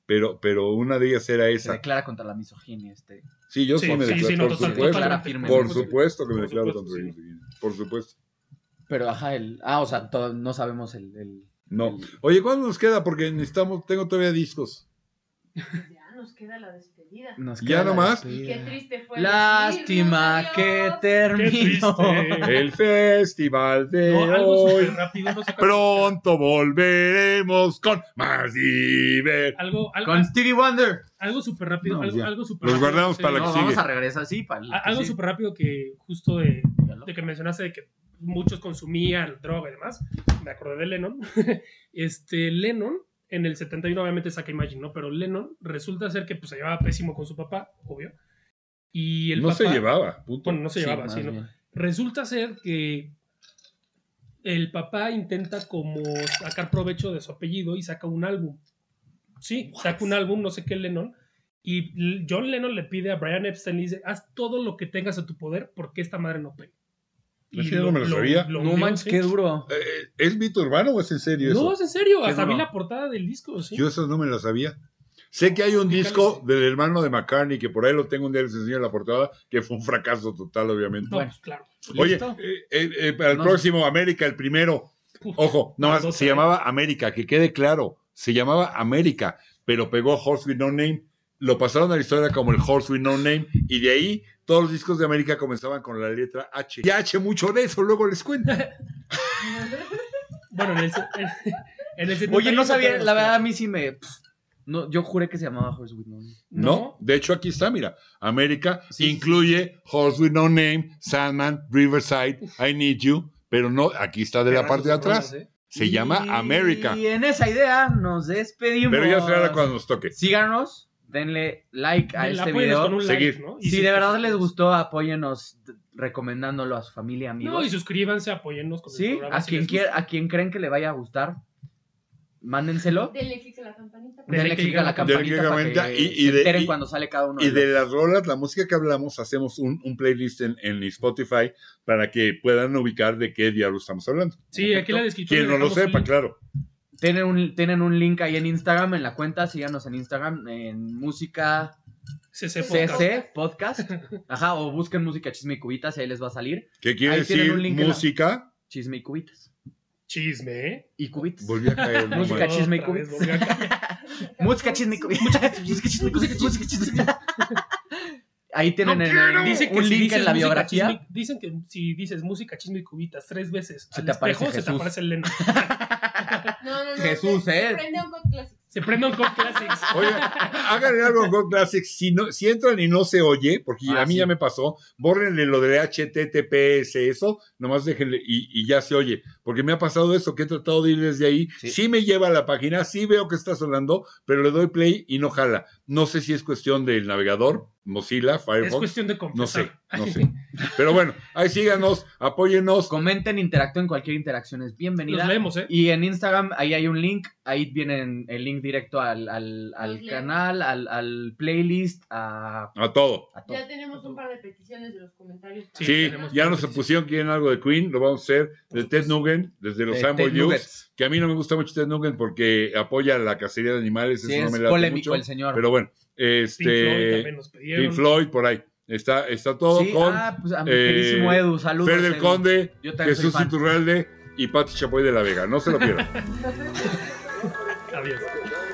[SPEAKER 1] Pero, pero una de ellas era
[SPEAKER 2] Se
[SPEAKER 1] esa.
[SPEAKER 2] declara contra la misoginia este.
[SPEAKER 1] Sí, yo sí, me declaro,
[SPEAKER 2] sí, no,
[SPEAKER 1] por
[SPEAKER 2] total-
[SPEAKER 1] supuesto.
[SPEAKER 2] total-
[SPEAKER 1] por
[SPEAKER 2] totalmente.
[SPEAKER 1] supuesto que me
[SPEAKER 3] Por
[SPEAKER 1] declaro
[SPEAKER 3] supuesto,
[SPEAKER 1] contra la
[SPEAKER 3] sí.
[SPEAKER 1] misoginia. Por supuesto.
[SPEAKER 2] Pero ajá, el. Ah, o sea, todo- no sabemos el. el-
[SPEAKER 1] No.
[SPEAKER 2] el-
[SPEAKER 1] Oye, ¿cuándo nos queda? Porque necesitamos, tengo todavía discos.
[SPEAKER 4] pues Ya nos queda la despedida.
[SPEAKER 2] nos
[SPEAKER 1] Ya
[SPEAKER 2] queda la
[SPEAKER 1] nomás.
[SPEAKER 4] Y
[SPEAKER 2] despedida.
[SPEAKER 4] qué triste pues, fue.
[SPEAKER 2] Lástima
[SPEAKER 4] decirnos
[SPEAKER 2] que
[SPEAKER 4] adiós.
[SPEAKER 3] Qué
[SPEAKER 2] terminó.
[SPEAKER 3] triste.
[SPEAKER 1] El festival de
[SPEAKER 3] No, algo
[SPEAKER 1] hoy.
[SPEAKER 3] súper rápido. No sé cuál-
[SPEAKER 1] Pronto volveremos con más diver.
[SPEAKER 3] Algo, algo,
[SPEAKER 2] Con Stevie Wonder.
[SPEAKER 3] algo súper rápido.
[SPEAKER 1] No,
[SPEAKER 3] algo,
[SPEAKER 1] ya.
[SPEAKER 3] algo súper
[SPEAKER 1] Los
[SPEAKER 3] rápido,
[SPEAKER 1] guardamos
[SPEAKER 3] sí.
[SPEAKER 1] para la
[SPEAKER 2] No,
[SPEAKER 1] que
[SPEAKER 2] vamos
[SPEAKER 1] sigue.
[SPEAKER 2] a regresar, sí, para el-
[SPEAKER 3] A- Ah, Algo
[SPEAKER 2] pues sí.
[SPEAKER 3] súper rápido que justo de,
[SPEAKER 2] Míralo.
[SPEAKER 3] de que mencionaste de que muchos consumían droga y demás. Me acordé de Lennon. este, Lennon, en el 71 obviamente saca Imagine, ¿no? Pero Lennon resulta ser que pues, se llevaba pésimo con su papá, obvio. Y el
[SPEAKER 1] No
[SPEAKER 3] papá-
[SPEAKER 1] se llevaba, punto.
[SPEAKER 3] Bueno, no se
[SPEAKER 2] Sí,
[SPEAKER 3] llevaba,
[SPEAKER 2] más
[SPEAKER 3] sí, ¿no?
[SPEAKER 2] bien.
[SPEAKER 3] Resulta ser que el papá intenta como sacar provecho de su apellido y saca un álbum. Sí, saca un álbum, no sé qué Lennon. Y L- John Lennon le pide a Brian Epstein, le dice, haz todo lo que tengas a tu poder porque esta madre no pega.
[SPEAKER 1] Ese yo no me lo sabía.
[SPEAKER 2] No
[SPEAKER 3] hundió,
[SPEAKER 2] manches,
[SPEAKER 3] sí.
[SPEAKER 2] qué duro.
[SPEAKER 1] Eh, ¿Es mito urbano o es en serio
[SPEAKER 3] No,
[SPEAKER 1] eso?
[SPEAKER 3] es en serio,
[SPEAKER 2] Qué
[SPEAKER 3] hasta vi
[SPEAKER 2] duro.
[SPEAKER 3] la portada del disco, sí.
[SPEAKER 1] Yo eso no me lo sabía. Sé que hay un disco del hermano de McCartney, que por ahí lo tengo un día, les enseño la portada, que fue un fracaso total, obviamente.
[SPEAKER 3] No,
[SPEAKER 2] Bueno.
[SPEAKER 3] pues claro.
[SPEAKER 1] Oye,
[SPEAKER 2] ¿Listo?
[SPEAKER 1] eh, eh, eh, para el
[SPEAKER 2] No.
[SPEAKER 1] próximo, América, el primero.
[SPEAKER 3] Uf,
[SPEAKER 1] Ojo, no más,
[SPEAKER 3] Mendoza,
[SPEAKER 1] se
[SPEAKER 3] eh.
[SPEAKER 1] llamaba América, que quede claro, se llamaba América, pero pegó Horse with No Name, lo pasaron a la historia como el Horse with No Name, y de ahí todos los discos de América comenzaban con la letra H. Y H mucho de eso, luego les cuento.
[SPEAKER 3] Bueno, en el, se- en, en el 71
[SPEAKER 2] Oye, no sabía,
[SPEAKER 3] tenemos
[SPEAKER 2] la
[SPEAKER 3] que-
[SPEAKER 2] verdad a mí sí me... pff, no, yo juré que se llamaba Horse with No. Name.
[SPEAKER 1] No, de hecho aquí está, mira, América
[SPEAKER 2] Sí, sí,
[SPEAKER 1] incluye Horse with No Name, Sandman, Riverside, I Need You, pero no, aquí está de la
[SPEAKER 2] Qué
[SPEAKER 1] parte de
[SPEAKER 2] raros son
[SPEAKER 1] atrás.
[SPEAKER 2] rolas, ¿eh?
[SPEAKER 1] Se llama América,
[SPEAKER 2] Y en esa idea nos despedimos.
[SPEAKER 1] pero ya será cuando nos toque.
[SPEAKER 2] Síganos, denle like a
[SPEAKER 3] la
[SPEAKER 2] este
[SPEAKER 3] apóyenos
[SPEAKER 2] video.
[SPEAKER 3] con un
[SPEAKER 1] seguir.
[SPEAKER 3] like, ¿no? Y
[SPEAKER 2] Si de verdad
[SPEAKER 3] pues,
[SPEAKER 2] les gustó, apóyenos d- recomendándolo a su familia,
[SPEAKER 3] No, y
[SPEAKER 2] amigos.
[SPEAKER 3] suscríbanse, apóyennos con el
[SPEAKER 2] Sí,
[SPEAKER 3] programa
[SPEAKER 2] a
[SPEAKER 3] si
[SPEAKER 2] quien
[SPEAKER 3] les gusta.
[SPEAKER 2] quiera, a quien creen que le vaya a gustar, mándenselo.
[SPEAKER 4] Denle click a la campanita.
[SPEAKER 3] Denle
[SPEAKER 2] Denle clic a la campanita para
[SPEAKER 1] campanita
[SPEAKER 2] que
[SPEAKER 1] y- y
[SPEAKER 2] se
[SPEAKER 1] de-
[SPEAKER 2] enteren
[SPEAKER 1] y-
[SPEAKER 2] cuando sale cada uno.
[SPEAKER 1] Y de
[SPEAKER 2] los-
[SPEAKER 1] las rolas, la música que hablamos, hacemos un, un playlist en, en Spotify para que puedan ubicar de qué diablo estamos hablando.
[SPEAKER 3] Sí, aquí en la descripción.
[SPEAKER 1] Quien no
[SPEAKER 3] les
[SPEAKER 1] lo
[SPEAKER 3] dejamos el
[SPEAKER 1] sepa,
[SPEAKER 3] link.
[SPEAKER 1] claro.
[SPEAKER 2] Tienen un, tienen un link ahí en Instagram, en la cuenta, síganos en Instagram, en música
[SPEAKER 3] CC Podcast.
[SPEAKER 2] CC Podcast. Ajá, o busquen música Chisme y Cubitas y ahí les va a salir
[SPEAKER 1] ¿Qué quiere
[SPEAKER 2] Ahí tienen
[SPEAKER 1] decir
[SPEAKER 2] un link en la-
[SPEAKER 1] música?
[SPEAKER 2] Chisme y Cubitas.
[SPEAKER 3] Chisme, ¿eh?
[SPEAKER 2] Y Cubitas.
[SPEAKER 1] Volví a caer. no
[SPEAKER 2] Música
[SPEAKER 1] manches.
[SPEAKER 2] chisme y
[SPEAKER 3] Otra vez,
[SPEAKER 2] cubitas.
[SPEAKER 3] volví a caer.
[SPEAKER 2] Música Chisme y Cubitas. Música Chisme y Cubitas. Música Chisme y Cubitas. Ahí tienen
[SPEAKER 1] No
[SPEAKER 2] en-
[SPEAKER 1] quiero.
[SPEAKER 3] Dicen que
[SPEAKER 2] un
[SPEAKER 3] si
[SPEAKER 2] link
[SPEAKER 3] dices
[SPEAKER 2] en la
[SPEAKER 3] música,
[SPEAKER 2] biografía.
[SPEAKER 3] chisme- dicen que si dices música, chisme y cubitas tres veces
[SPEAKER 2] Se
[SPEAKER 3] al
[SPEAKER 2] te aparece
[SPEAKER 3] espejo, se te
[SPEAKER 2] Jesús.
[SPEAKER 3] aparece el leno.
[SPEAKER 4] No, no, no.
[SPEAKER 2] Jesús,
[SPEAKER 4] se-
[SPEAKER 2] ¿eh?
[SPEAKER 4] se Prende un con clásico.
[SPEAKER 3] Se prende un Cop Classics.
[SPEAKER 1] Oye, háganle algo con God Classics. Si, no, si entran y no se oye, porque
[SPEAKER 2] Ah,
[SPEAKER 1] a mí
[SPEAKER 2] sí.
[SPEAKER 1] ya me pasó, bórrenle lo de HTTPS, eso, nomás déjenle y, y ya se oye. Porque me ha pasado eso, que he tratado de ir desde ahí. Sí.
[SPEAKER 2] Sí.
[SPEAKER 1] me lleva a la página, sí veo que está sonando, pero le doy play y no jala. No sé si es cuestión del navegador, Mozilla,
[SPEAKER 3] Es
[SPEAKER 1] Firefox.
[SPEAKER 3] cuestión de
[SPEAKER 1] No
[SPEAKER 3] confesar.
[SPEAKER 1] sé, no sé. Pero bueno, ahí síganos, apóyennos.
[SPEAKER 2] Comenten, interactúen, cualquier interacción es
[SPEAKER 3] Nos
[SPEAKER 2] bienvenida.
[SPEAKER 3] leemos, ¿eh?
[SPEAKER 2] Y en Instagram, ahí hay un link, ahí viene el link directo al, al, al
[SPEAKER 4] Los leo.
[SPEAKER 2] canal, al, al playlist, a,
[SPEAKER 1] A todo.
[SPEAKER 2] a todo.
[SPEAKER 4] Ya tenemos un par de peticiones de los comentarios.
[SPEAKER 1] Sí,
[SPEAKER 3] Sí, tenemos
[SPEAKER 1] ya nos
[SPEAKER 3] petición.
[SPEAKER 1] pusieron, quieren algo de Queen, lo vamos a hacer. De Ted Nugent, desde los
[SPEAKER 2] De
[SPEAKER 1] Amboy
[SPEAKER 2] Este, Ted
[SPEAKER 1] News.
[SPEAKER 2] Nuggets.
[SPEAKER 1] Que a mí no me gusta mucho Ted Nugent porque apoya la cacería de animales.
[SPEAKER 2] Sí,
[SPEAKER 1] eso no
[SPEAKER 2] es
[SPEAKER 1] me late
[SPEAKER 2] polémico
[SPEAKER 1] mucho.
[SPEAKER 2] el señor.
[SPEAKER 1] Pero bueno,
[SPEAKER 3] Pink Floyd
[SPEAKER 1] este.
[SPEAKER 3] también nos
[SPEAKER 1] Pink
[SPEAKER 3] pidieron.
[SPEAKER 1] Floyd, por ahí. Está, está todo
[SPEAKER 2] sí,
[SPEAKER 1] con
[SPEAKER 2] ah, pues a mi
[SPEAKER 1] eh,
[SPEAKER 2] queridísimo Edu, saludos.
[SPEAKER 1] Fer del
[SPEAKER 2] Edu.
[SPEAKER 1] Conde,
[SPEAKER 2] Yo también soy
[SPEAKER 1] Jesús
[SPEAKER 2] fan.
[SPEAKER 1] Iturralde y Pati Chapoy de la Vega. No se lo pierdan.
[SPEAKER 3] Adiós.
[SPEAKER 6] Adiós.